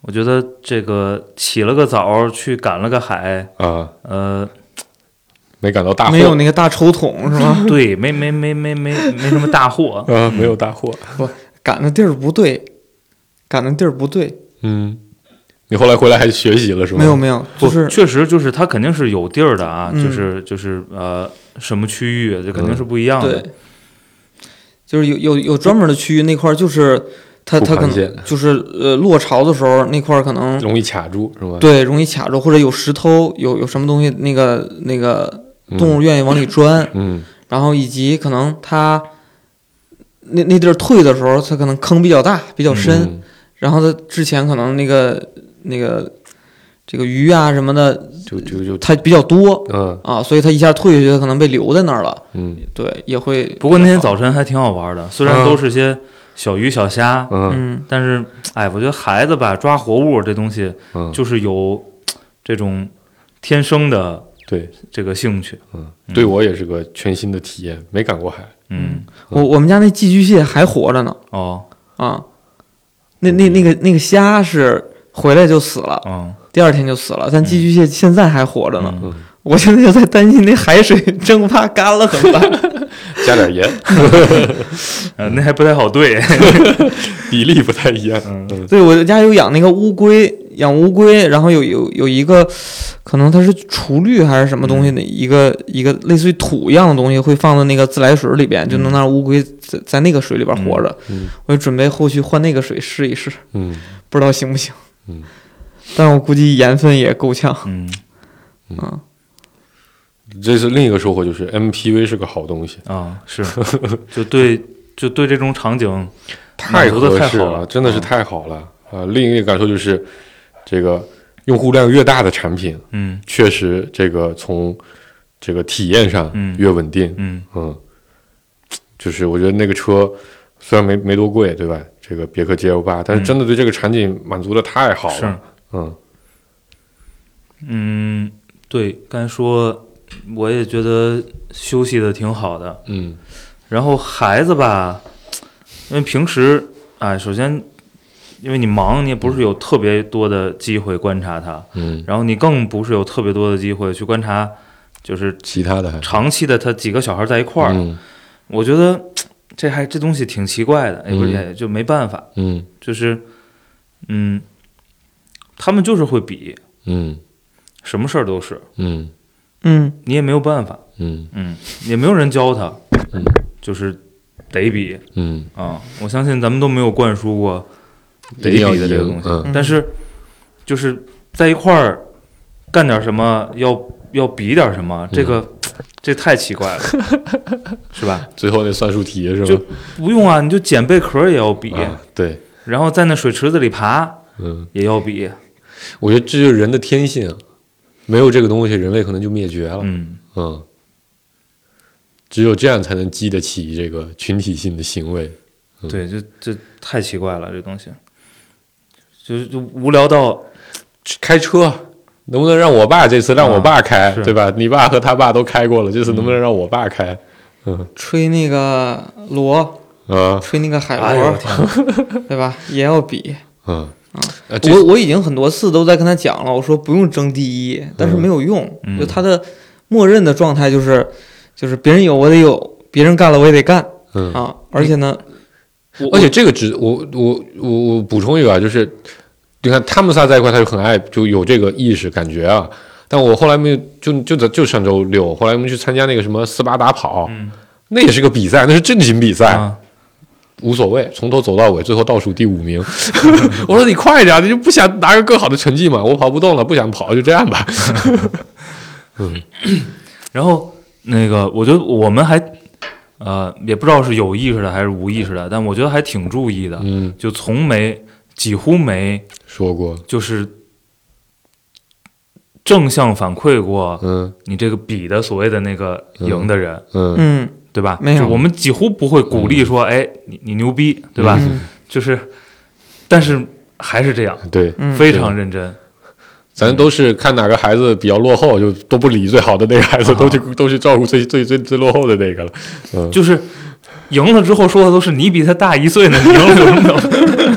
Speaker 4: 我觉得这个起了个早去赶了个海，
Speaker 5: 啊，
Speaker 4: 呃，
Speaker 5: 没赶到大
Speaker 3: 没有
Speaker 5: 货，
Speaker 3: 那个大抽桶是吧？
Speaker 4: 对，没没没没没没什么大祸
Speaker 5: 啊，
Speaker 3: 嗯
Speaker 5: 没有大货。
Speaker 3: 赶的地儿不对，赶的地儿不对，
Speaker 5: 嗯，你后来回来还学习了是吗？
Speaker 3: 没有没有，
Speaker 4: 不
Speaker 3: 就是
Speaker 4: 确实就是它肯定是有地儿的啊，
Speaker 3: 嗯
Speaker 4: 就是就是呃什么区域，这肯定是不一样的。
Speaker 3: 对，就是有有有专门的区域那块儿，就是它
Speaker 5: 不
Speaker 3: 它可
Speaker 5: 螃蟹
Speaker 3: 能就是呃落潮的时候那块儿可能
Speaker 5: 容易卡住是吧？
Speaker 3: 对容易卡住，或者有石头有有什么东西那个那个
Speaker 5: 嗯
Speaker 3: 动物愿意往里钻，
Speaker 5: 嗯
Speaker 3: 然后以及可能它那那地儿退的时候，它可能坑比较大比较深，
Speaker 5: 嗯，
Speaker 3: 然后它之前可能那个那个这个鱼啊什么的，
Speaker 5: 嗯就就就
Speaker 3: 它比较多
Speaker 5: 嗯
Speaker 3: 啊，所以它一下退下去，它可能被留在那儿了。
Speaker 5: 嗯
Speaker 3: 对，也会。
Speaker 4: 不过那天早晨还挺好玩的，虽然
Speaker 5: 嗯
Speaker 4: 都是些小鱼小虾，
Speaker 5: 嗯
Speaker 3: 嗯，
Speaker 4: 但是哎，我觉得孩子吧抓活物这东西，
Speaker 5: 嗯，
Speaker 4: 就是有这种天生的
Speaker 5: 对，
Speaker 4: 这个兴趣。
Speaker 5: 嗯，对我也是个全新的体验，没赶过海。
Speaker 4: 嗯，
Speaker 3: 我我们家那寄居蟹还活着呢
Speaker 4: 哦，
Speaker 3: 啊，那那那个那个虾是回来就死了，
Speaker 4: 嗯，
Speaker 3: 第二天就死了，
Speaker 5: 嗯
Speaker 3: 但寄居蟹现在还活着呢。
Speaker 4: 嗯
Speaker 3: 我现在就在担心那海水蒸发干了怎么 办？
Speaker 5: 加 点盐，
Speaker 4: 呃，那还不太好对。
Speaker 5: 比例不太一样。
Speaker 4: 嗯
Speaker 5: 嗯
Speaker 3: 对，我家有养那个乌龟，养乌龟，然后有有有一个，可能它是除氯还是什么东西的一个、一个类似于土一样的东西，会放到那个自来水里边，就能让乌龟在在那个水里边活着。
Speaker 5: 嗯
Speaker 3: 我就准备后续换那个水试一试，
Speaker 5: 嗯
Speaker 3: 不知道行不行。
Speaker 5: 嗯，
Speaker 3: 但我估计盐分也够呛。
Speaker 4: 嗯
Speaker 3: 嗯，
Speaker 5: 这是另一个收获，就是 MPV 是个好东西，
Speaker 4: 啊， 是，就对，就对这种场景，
Speaker 5: 太
Speaker 4: 满足得
Speaker 5: 合
Speaker 4: 太
Speaker 5: 适
Speaker 4: 好
Speaker 5: 了，
Speaker 4: 了
Speaker 5: 真的是
Speaker 4: 嗯
Speaker 5: 太好了啊！另一个感受就是，这个用户量越大的产品，
Speaker 4: 嗯
Speaker 5: 确实这个从这个体验上
Speaker 4: 嗯
Speaker 5: 越稳定，
Speaker 4: 嗯
Speaker 5: 嗯，就是我觉得那个车虽然没没多贵，对吧？这个别克 GL 八，但是真的对这个场景满足的太好
Speaker 4: 嗯是
Speaker 5: 了，嗯
Speaker 4: 嗯，对，刚才说我也觉得休息的挺好的，
Speaker 5: 嗯
Speaker 4: 然后孩子吧，因为平时啊，首先因为你忙，你也不是有特别多的机会观察他，
Speaker 5: 嗯，
Speaker 4: 然后你更不是有特别多的机会去观察，就是
Speaker 5: 其他的还
Speaker 4: 长期的他几个小孩在一块儿，
Speaker 5: 嗯
Speaker 4: 我觉得这还这东西挺奇怪的，哎也不是
Speaker 5: 嗯
Speaker 4: 也就没办法，
Speaker 5: 嗯
Speaker 4: 就是嗯，他们就是会比，
Speaker 5: 嗯
Speaker 4: 什么事儿都是，
Speaker 5: 嗯
Speaker 3: 嗯
Speaker 4: 你也没有办法，
Speaker 5: 嗯
Speaker 4: 嗯，也没有人教他，
Speaker 5: 嗯
Speaker 4: 就是得比
Speaker 5: 嗯，
Speaker 4: 啊！我相信咱们都没有灌输过得
Speaker 5: 一定要
Speaker 4: 比的这个东，
Speaker 5: 赢
Speaker 4: 西，
Speaker 5: 嗯
Speaker 4: 但是就是在一块儿干点什么，要要比点什
Speaker 5: 嗯
Speaker 4: 么，这个、这太奇怪 了，是吧？
Speaker 5: 最后那算术题是
Speaker 4: 就
Speaker 5: 吧？
Speaker 4: 不用啊，你就捡贝壳也要比，
Speaker 5: 啊，对，
Speaker 4: 然后在那水池子里爬
Speaker 5: 嗯，
Speaker 4: 也要比，
Speaker 5: 我觉得这就是人的天性，啊没有这个东西，人类可能就灭绝了，
Speaker 4: 嗯
Speaker 5: 嗯，只有这样才能激得起这个群体性的行为，
Speaker 4: 对，这这太奇怪了，这东西，就是就无聊到
Speaker 5: 开车能不能让我爸这次让我爸开，
Speaker 4: 啊是
Speaker 5: 对吧？你爸和他爸都开过了，这次能不能让我爸开？嗯
Speaker 3: 吹那个螺，
Speaker 5: 啊
Speaker 3: 吹那个海螺，
Speaker 4: 哎呦我天哪，
Speaker 3: 对吧？也要比。
Speaker 5: 嗯啊，这
Speaker 3: 我我已经很多次都在跟他讲了，我说不用争第一，但是没有用，
Speaker 4: 嗯
Speaker 3: 就他的默认的状态就是，就是别人有我得有，别人干了我也得干
Speaker 5: 嗯，
Speaker 3: 啊。而且呢，
Speaker 5: 而且这个只我我我我补充一个啊，就是你看他们仨在一块，他就很爱就有这个意识感觉啊。但我后来没有，就就在就上周六，后来我们去参加那个什么斯巴达跑，
Speaker 4: 嗯
Speaker 5: 那也是个比赛，那是正经比赛，
Speaker 4: 啊，
Speaker 5: 无所谓，从头走到尾，最后倒数第五名。 我说你快点，你就不想拿个更好的成绩嘛？我跑不动了，不想跑，就这样吧。
Speaker 4: 然后那个，我觉得我们还呃，也不知道是有意识的还是无意识的，但我觉得还挺注意的，
Speaker 5: 嗯，
Speaker 4: 就从没几乎没
Speaker 5: 说过，
Speaker 4: 就是正向反馈过
Speaker 5: 嗯
Speaker 4: 你这个比的所谓的那个赢的人，
Speaker 5: 嗯
Speaker 3: 嗯，
Speaker 4: 对吧？
Speaker 3: 没有
Speaker 4: 就我们几乎不会鼓励说，哎，你你牛逼，对吧？
Speaker 3: 嗯
Speaker 4: 就是，但是还是这样，
Speaker 5: 对，
Speaker 3: 嗯
Speaker 4: 非常认真。
Speaker 5: 咱都是看哪个孩子比较落后，就都不理最好的那个孩
Speaker 3: 啊
Speaker 5: 子，都去都去照顾最最最最落后的那个了。
Speaker 4: 就是赢了之后说的都是你比他大一岁呢，你赢了有什么了？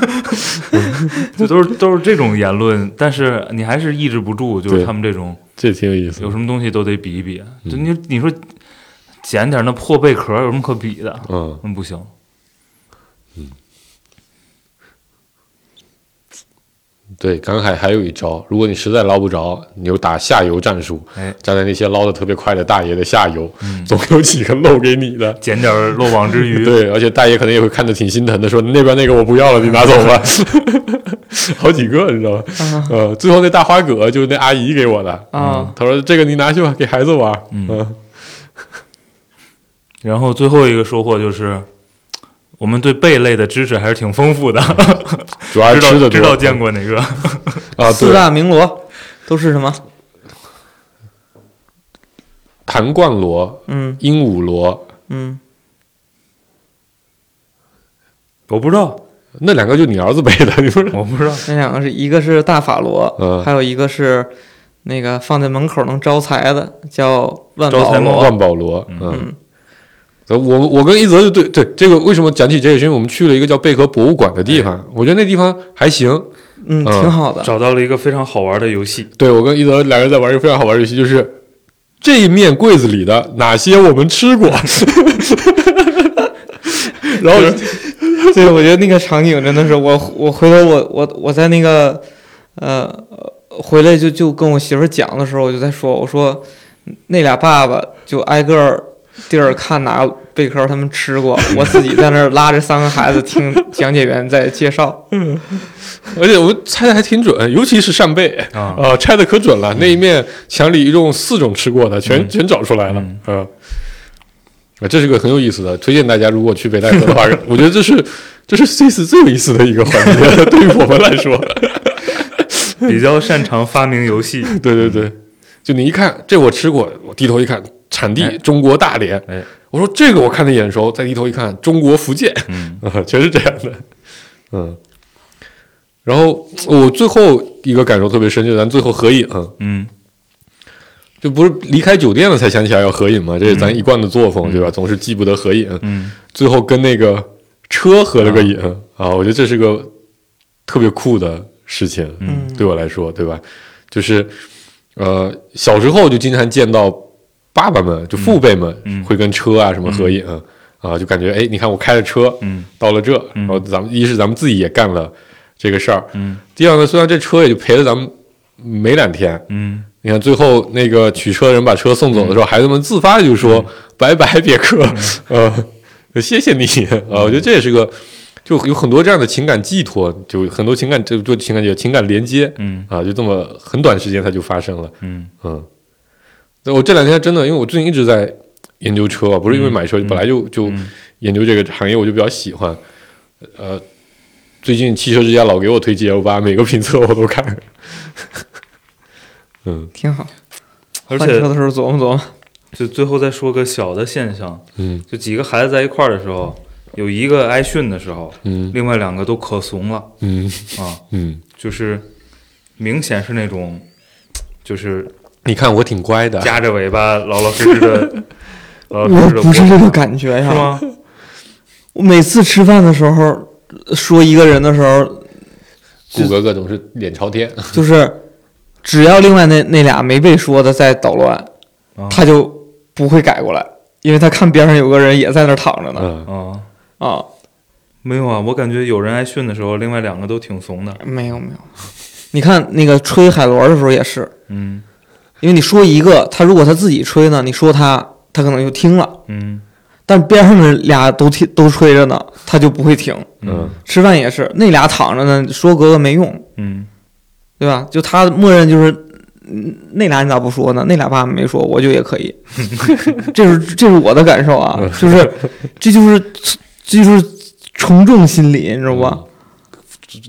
Speaker 4: 就都是都是这种言论，但是你还是抑制不住，就是
Speaker 5: 对
Speaker 4: 他们这种
Speaker 5: 这挺有意思
Speaker 4: 有，什么东西都得比一比。就你你说捡点那破贝壳有什么可比的？
Speaker 5: 嗯，
Speaker 4: 嗯，不行，
Speaker 5: 对，赶海还有一招，如果你实在捞不着，你就打下游战术，
Speaker 4: 哎，
Speaker 5: 站在那些捞的特别快的大爷的下游，
Speaker 3: 嗯
Speaker 5: 总有几个漏给你的。
Speaker 4: 捡点漏网之 鱼。
Speaker 5: 对，而且大爷可能也会看着挺心疼的，说那边那个我不要了，你拿走吧。 好几个，你知道吗？
Speaker 3: 啊
Speaker 5: 呃，最后那大花蛤就是那阿姨给我的，嗯
Speaker 3: 啊，
Speaker 5: 她说这个你拿去吧，给孩子玩儿。
Speaker 4: 嗯
Speaker 5: 嗯
Speaker 4: 然后最后一个收获就是，我们对贝类的知识还是挺丰富的，
Speaker 5: 主要是
Speaker 4: 知
Speaker 5: 吃
Speaker 4: 道
Speaker 5: 的
Speaker 4: 知道见过哪个。
Speaker 5: 啊，
Speaker 3: 四
Speaker 5: 对，
Speaker 3: 大名螺都是什么？
Speaker 5: 弹冠螺、
Speaker 3: 嗯
Speaker 5: 鹦鹉螺
Speaker 3: 嗯，
Speaker 4: 我不知道，
Speaker 5: 那两个就你儿子背 的，你说
Speaker 4: 我不知道。
Speaker 3: 那两个是一个是大法
Speaker 5: 嗯
Speaker 3: 螺，还有一个是那个放在门口能招财的，叫万
Speaker 4: 招
Speaker 3: 宝
Speaker 4: 财猫
Speaker 3: 螺。
Speaker 5: 哦万宝螺，嗯
Speaker 3: 嗯。
Speaker 5: 呃我我跟一泽就对对这个为什么讲起这个？是因为我们去了一个叫贝壳博物馆的地方，我觉得那地方还行，
Speaker 3: 嗯，
Speaker 5: 嗯
Speaker 3: 挺好的。
Speaker 4: 找到了一个非常好玩的游 戏，
Speaker 5: 对我跟一泽两个人在玩一个非常好玩的游戏，就是这一面柜子里的哪些我们吃过， 然后
Speaker 3: 对，我觉得那个场景真的是我，我回头我我我在那个呃，回来就就跟我媳妇儿讲的时候，我就在说，我说那俩爸爸就挨个儿地儿看拿贝壳儿他们吃 过，我自己在那儿拉着三个孩子听讲解员在介绍，
Speaker 5: 而且我猜的还挺准，尤其是扇贝
Speaker 4: 啊
Speaker 5: 呃，拆的可准了，那一面墙里一共四种吃过的，全、
Speaker 4: 嗯
Speaker 5: 全找出来了，
Speaker 4: 嗯
Speaker 5: 呃啊，这是个很有意思的，推荐大家如果去北戴河的 话，我觉得这是这是这次最有意思的一个环节，对于我们 来说，
Speaker 4: 比较擅长发明游戏。
Speaker 5: 对对对，嗯就你一看这我吃过，我低头一看产地、
Speaker 4: 哎
Speaker 5: 中国大连，
Speaker 4: 哎，
Speaker 5: 我说这个我看的眼熟，再低头一看中国福建，
Speaker 4: 嗯
Speaker 5: 啊，全是这样的，嗯。然后我最后一个感受特别深，就是咱最后合影，
Speaker 4: 嗯
Speaker 5: 就不是离开酒店了才想起来要合影嘛，这是咱一贯的作风，对吧？总是记不得合影，
Speaker 4: 嗯，
Speaker 5: 最后跟那个车合了个影啊，我觉得这是个特别酷的事情，
Speaker 3: 嗯，
Speaker 5: 对我来说，对吧？就是呃，小时候就经常见到爸爸们，就父辈们
Speaker 4: 嗯
Speaker 5: 会跟车啊什么合影、啊，就感觉哎，你看我开着车，
Speaker 4: 嗯，
Speaker 5: 到了这，
Speaker 4: 嗯
Speaker 5: 然后咱们一是咱们自己也干了这个事儿，
Speaker 4: 嗯，
Speaker 5: 第二呢，虽然这车也就陪了咱们没两天，
Speaker 4: 嗯，
Speaker 5: 你看最后那个取车人把车送走的时候，孩子们自发地就说、拜拜别克， 呃，谢谢你啊，我觉得这也是个。就有很多这样的情感寄托，就很多情感，就就情感有情感连接，
Speaker 4: 嗯
Speaker 5: 啊，就这么很短时间它就发生了，
Speaker 4: 嗯
Speaker 5: 嗯。那我这两天真的，因为我最近一直在研究车啊，不是因为买车，本来就就研究这个行业，我就比较喜欢。呃，最近汽车之家老给我推 G L 八，每个评测我都看。嗯
Speaker 3: 挺好。
Speaker 4: 而
Speaker 3: 换
Speaker 4: 且
Speaker 3: 车的时候琢磨琢磨，
Speaker 4: 就最后再说个小的现象，
Speaker 5: 嗯
Speaker 4: 就几个孩子在一块儿的时候，有一个挨训的时候，
Speaker 5: 嗯
Speaker 4: 另外两个都可怂了
Speaker 5: 嗯
Speaker 4: 啊，
Speaker 5: 嗯，
Speaker 4: 就是明显是那种，就是
Speaker 5: 你看我挺乖的，
Speaker 4: 夹着尾巴老老实 实的，老老实
Speaker 3: 我
Speaker 4: 实的
Speaker 3: 不是这个感觉呀，
Speaker 4: 是？吗？
Speaker 3: 我每次吃饭的时候说一个人的时候，
Speaker 5: 谷格格总是脸朝 天。
Speaker 3: 就是只要另外那那俩没被说的在捣乱，
Speaker 4: 啊
Speaker 3: 他就不会改过来，因为他看边上有个人也在那儿躺着呢。
Speaker 5: 嗯，
Speaker 4: 啊，
Speaker 3: 啊，
Speaker 4: 没有啊，我感觉有人挨训的时候，另外两个都挺怂的，
Speaker 3: 没有没有，你看那个吹海螺的时候也是，
Speaker 4: 嗯
Speaker 3: 因为你说一个，他如果他自己吹呢，你说他，他可能就听了。
Speaker 4: 嗯
Speaker 3: 但边上的俩都听都吹着呢，他就不会停。
Speaker 5: 嗯
Speaker 3: 吃饭也是，那俩躺着呢，说格格没用，
Speaker 4: 嗯
Speaker 3: 对吧？就他默认就是，嗯那俩你咋不说呢？那俩爸爸没说，我就也可以。 这是这是我的感受啊，就是这就是这就是从众心理，你知道吧？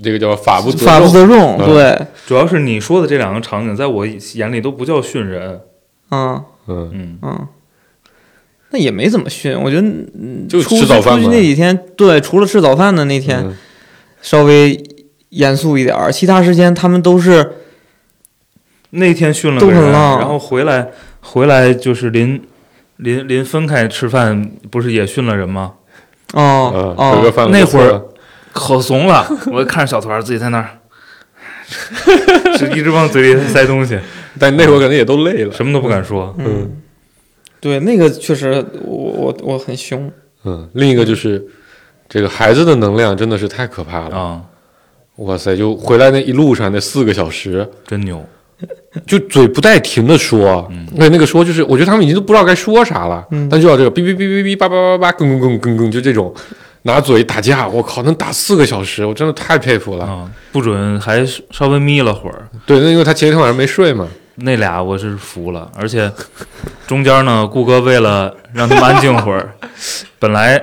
Speaker 5: 这个叫法嗯不责
Speaker 3: 法不
Speaker 5: 众
Speaker 3: 责众，
Speaker 5: 嗯
Speaker 3: 对，
Speaker 4: 主要是你说的这两个场景，在我眼里都不叫训人，
Speaker 3: 嗯
Speaker 5: 嗯，
Speaker 4: 嗯
Speaker 3: 嗯。那也没怎么训，我觉得嗯
Speaker 5: 就
Speaker 3: 出
Speaker 5: 吃早饭
Speaker 3: 出去
Speaker 5: 嘛
Speaker 3: 那几天，对，除了吃早饭的那天，
Speaker 5: 嗯
Speaker 3: 稍微严肃一点儿，其他时间他们都是
Speaker 4: 那天训了
Speaker 3: 都
Speaker 4: 个人，
Speaker 3: 很浪
Speaker 4: 然后回来回来就是临临临分开吃饭，不是也训了人吗？
Speaker 3: 哦
Speaker 5: 嗯，格格
Speaker 3: 哦，
Speaker 5: 犯了
Speaker 4: 那
Speaker 5: 错
Speaker 4: 会儿可怂了， 我看着小团儿自己在那 儿，就一直往嘴里塞东西，
Speaker 5: 但那会儿可能也都累了。
Speaker 4: 什么都不敢说。
Speaker 5: 嗯
Speaker 3: 对，那个确实我我我很凶，
Speaker 5: 嗯，另一个就是这个孩子的能量真的是太可怕了。
Speaker 4: 啊，
Speaker 5: 哇塞！就回来那一路上那四个小时，
Speaker 4: 真牛！
Speaker 5: 就嘴不带停的说，
Speaker 4: 嗯
Speaker 5: 那那个说就是，我觉得他们已经都不知道该说啥了，但就要这个哔哔哔哔哔叭叭叭叭，更更更更更，就这种拿嘴打架，我靠，能打四个小时，我真的太佩服了。
Speaker 4: 啊，不准还稍微眯了会儿，
Speaker 5: 对，那因为他前一天晚上没睡嘛，
Speaker 4: 那俩我是服了。而且中间呢，顾哥为了让他们安静会 儿，本来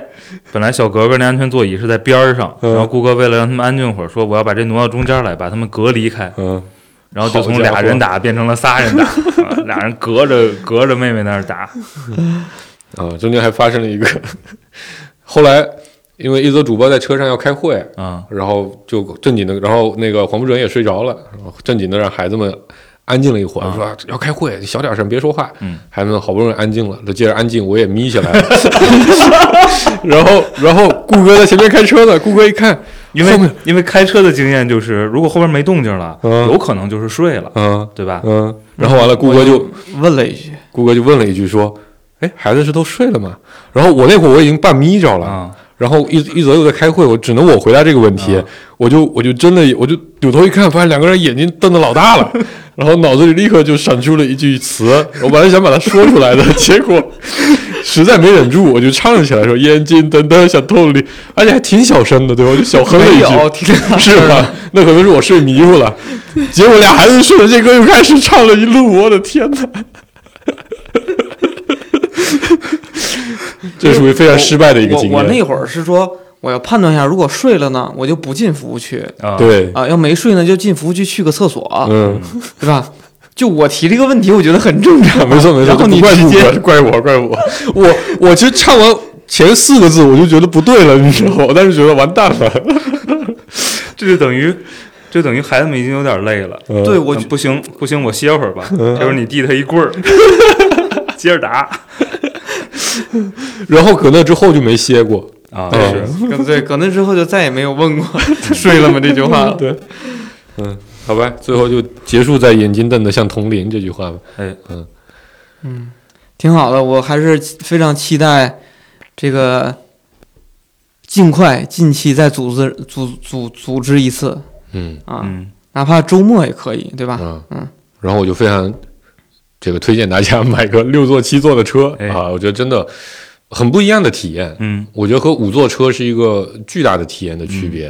Speaker 4: 本来小格格那安全座椅是在边儿上，
Speaker 5: 嗯
Speaker 4: 然后顾哥为了让他们安静会儿，说我要把这挪到中间来，把他们隔离开。
Speaker 5: 嗯，
Speaker 4: 然后就
Speaker 5: 好
Speaker 4: 从
Speaker 5: 家
Speaker 4: 俩
Speaker 5: 伙
Speaker 4: 人打变成了仨人打， 啊俩人隔着隔着妹妹那儿打，
Speaker 5: 啊，中间还发生了一个，后来因为一则主播在车上要开会，
Speaker 4: 啊，
Speaker 5: 然后就正经的，然后那个黄不准也睡着了，然后正经的让孩子们安静了一会儿，
Speaker 4: 啊
Speaker 5: 说啊要开会，小点声，别说话。
Speaker 4: 嗯，
Speaker 5: 孩子们好不容易安静了，就接着安静，我也眯起 来了。然后，然后顾哥在前面开车呢，顾哥一看，
Speaker 4: 因
Speaker 5: 后
Speaker 4: 为
Speaker 5: 面
Speaker 4: 因为开车的经验就是，如果后边没动静了，
Speaker 5: 嗯
Speaker 4: 有可能就是睡了，
Speaker 5: 嗯
Speaker 4: 对吧？
Speaker 5: 嗯，然后完了，顾哥就
Speaker 3: 问了一句，
Speaker 5: 顾哥就问了一句说，哎，孩子是都睡了吗？然后我那会儿我已经半眯着了，
Speaker 4: 啊，
Speaker 5: 然后一一泽又在开会，我只能我回答这个问题，我就我就真的我就扭头一看，发现两个人眼睛瞪得老大了，然后脑子里立刻就闪出了一句词，我本来想把它说出来的，结果实在没忍住，我就唱了起来，说眼睛瞪得像透里，而且还挺小声的，对吧？我就小哼了一句，是吧？那可能是我睡迷糊了，结果俩孩子顺着这歌又开始唱了一路，我的 天哪！这属于非常失败的一个经验。
Speaker 3: 我我那会儿是说，我要判断一下，如果睡了呢，我就不进服务区
Speaker 4: 啊，
Speaker 5: 对，
Speaker 3: 啊；要没睡呢，就进服务区去个厕所，
Speaker 5: 嗯，
Speaker 3: 对吧？就我提这个问题，我觉得很正常啊。
Speaker 5: 没错没错，
Speaker 3: 然后你
Speaker 5: 怪
Speaker 3: 直接
Speaker 5: 我，怪我，怪我，我我其实唱完前四个字我就觉得不对了，你知道吗？我当时觉得完蛋了。
Speaker 4: 这就等于，这等于孩子们已经有点累了。
Speaker 5: 嗯
Speaker 3: 对我
Speaker 4: 嗯
Speaker 3: 觉
Speaker 4: 不行不行，我歇会儿吧。这会儿你递他一棍儿， 接着打
Speaker 5: 然后搁那之后就没歇过，
Speaker 4: 啊，
Speaker 5: 嗯
Speaker 4: 是
Speaker 3: 对对，可能之后就再也没有问 过睡了吗这句话了。
Speaker 5: 对，嗯，好吧，最后就结束在眼睛瞪得像铜铃这句话吧。
Speaker 4: 哎，
Speaker 3: 挺好的，我还是非常期待这个尽快近期再组织组组组织一次
Speaker 5: 嗯
Speaker 3: 啊，
Speaker 4: 嗯，
Speaker 3: 哪怕周末也可以，对吧？
Speaker 5: 啊，
Speaker 3: 嗯，
Speaker 5: 然后我就非常这个推荐大家买个 六座七座的车
Speaker 4: 哎
Speaker 5: 啊，我觉得真的很不一样的体验。
Speaker 4: 嗯，
Speaker 5: 我觉得和五座车是一个巨大的体验的区别，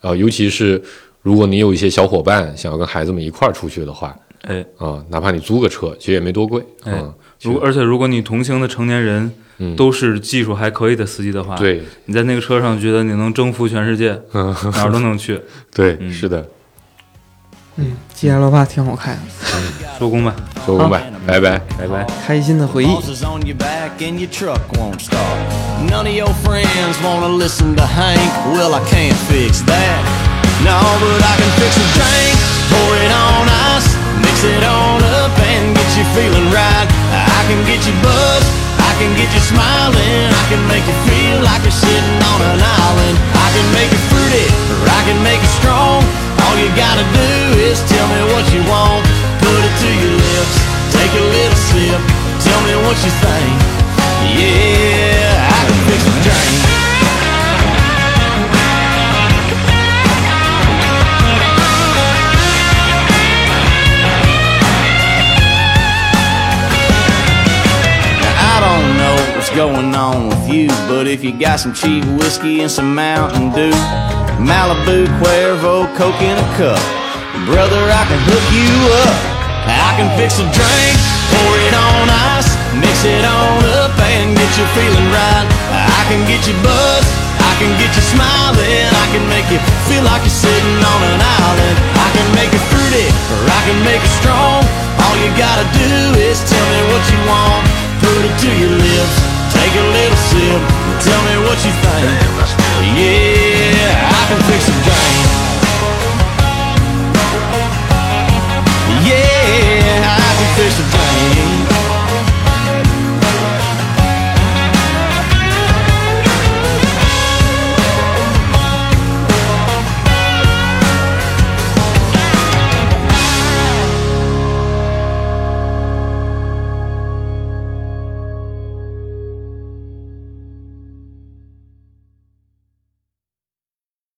Speaker 5: 啊、
Speaker 4: 嗯
Speaker 5: 尤其是如果你有一些小伙伴想要跟孩子们一块儿出去的话，
Speaker 4: 哎，
Speaker 5: 啊、哪怕你租个车，其实也没多贵，啊、
Speaker 4: 哎如而且如果你同行的成年人
Speaker 5: 嗯，
Speaker 4: 都是技术还可以的司机的话，，
Speaker 5: 对，
Speaker 4: 你在那个车上觉得你能征服全世界，
Speaker 5: 嗯，
Speaker 4: 哪儿都能 去。
Speaker 5: 对，
Speaker 4: 嗯
Speaker 5: 是的，
Speaker 3: 嗯，GL 八挺好看的，
Speaker 4: 收工吧，
Speaker 5: 收工吧，拜拜。
Speaker 4: 拜拜。
Speaker 3: 开心的回忆。
Speaker 2: Boss is on your back and your truck won't start. None of your friends wanna listen to Hank. Well, I can't fix that. No, but I can fix a drink. Pour it on ice, mix it all up and get you feeling right. I can get you buzzed, I can get you smiling, I can make you feel like you're sitting on an island. I can make it fruity, or I can make it strong. All you gotta do is tell me what you want, put it to your lips, take a little sip, tell me what you think. Yeah, I can fix a drink. I don't know what's going on with you, but if you got some cheap whiskey and some Mountain Dew, Malibu, Cuervo, Coke in a cup, brother, I can hook you up. I can fix a drink, pour it on ice, mix it on up and get you feeling right. I can get you buzzed, I can get you smiling, I can make you feel like you're sitting on an island. I can make it fruity, or I can make it strong. All you gotta do is tell me what you want, put it to your lips, take a little sip, and tell me what you think.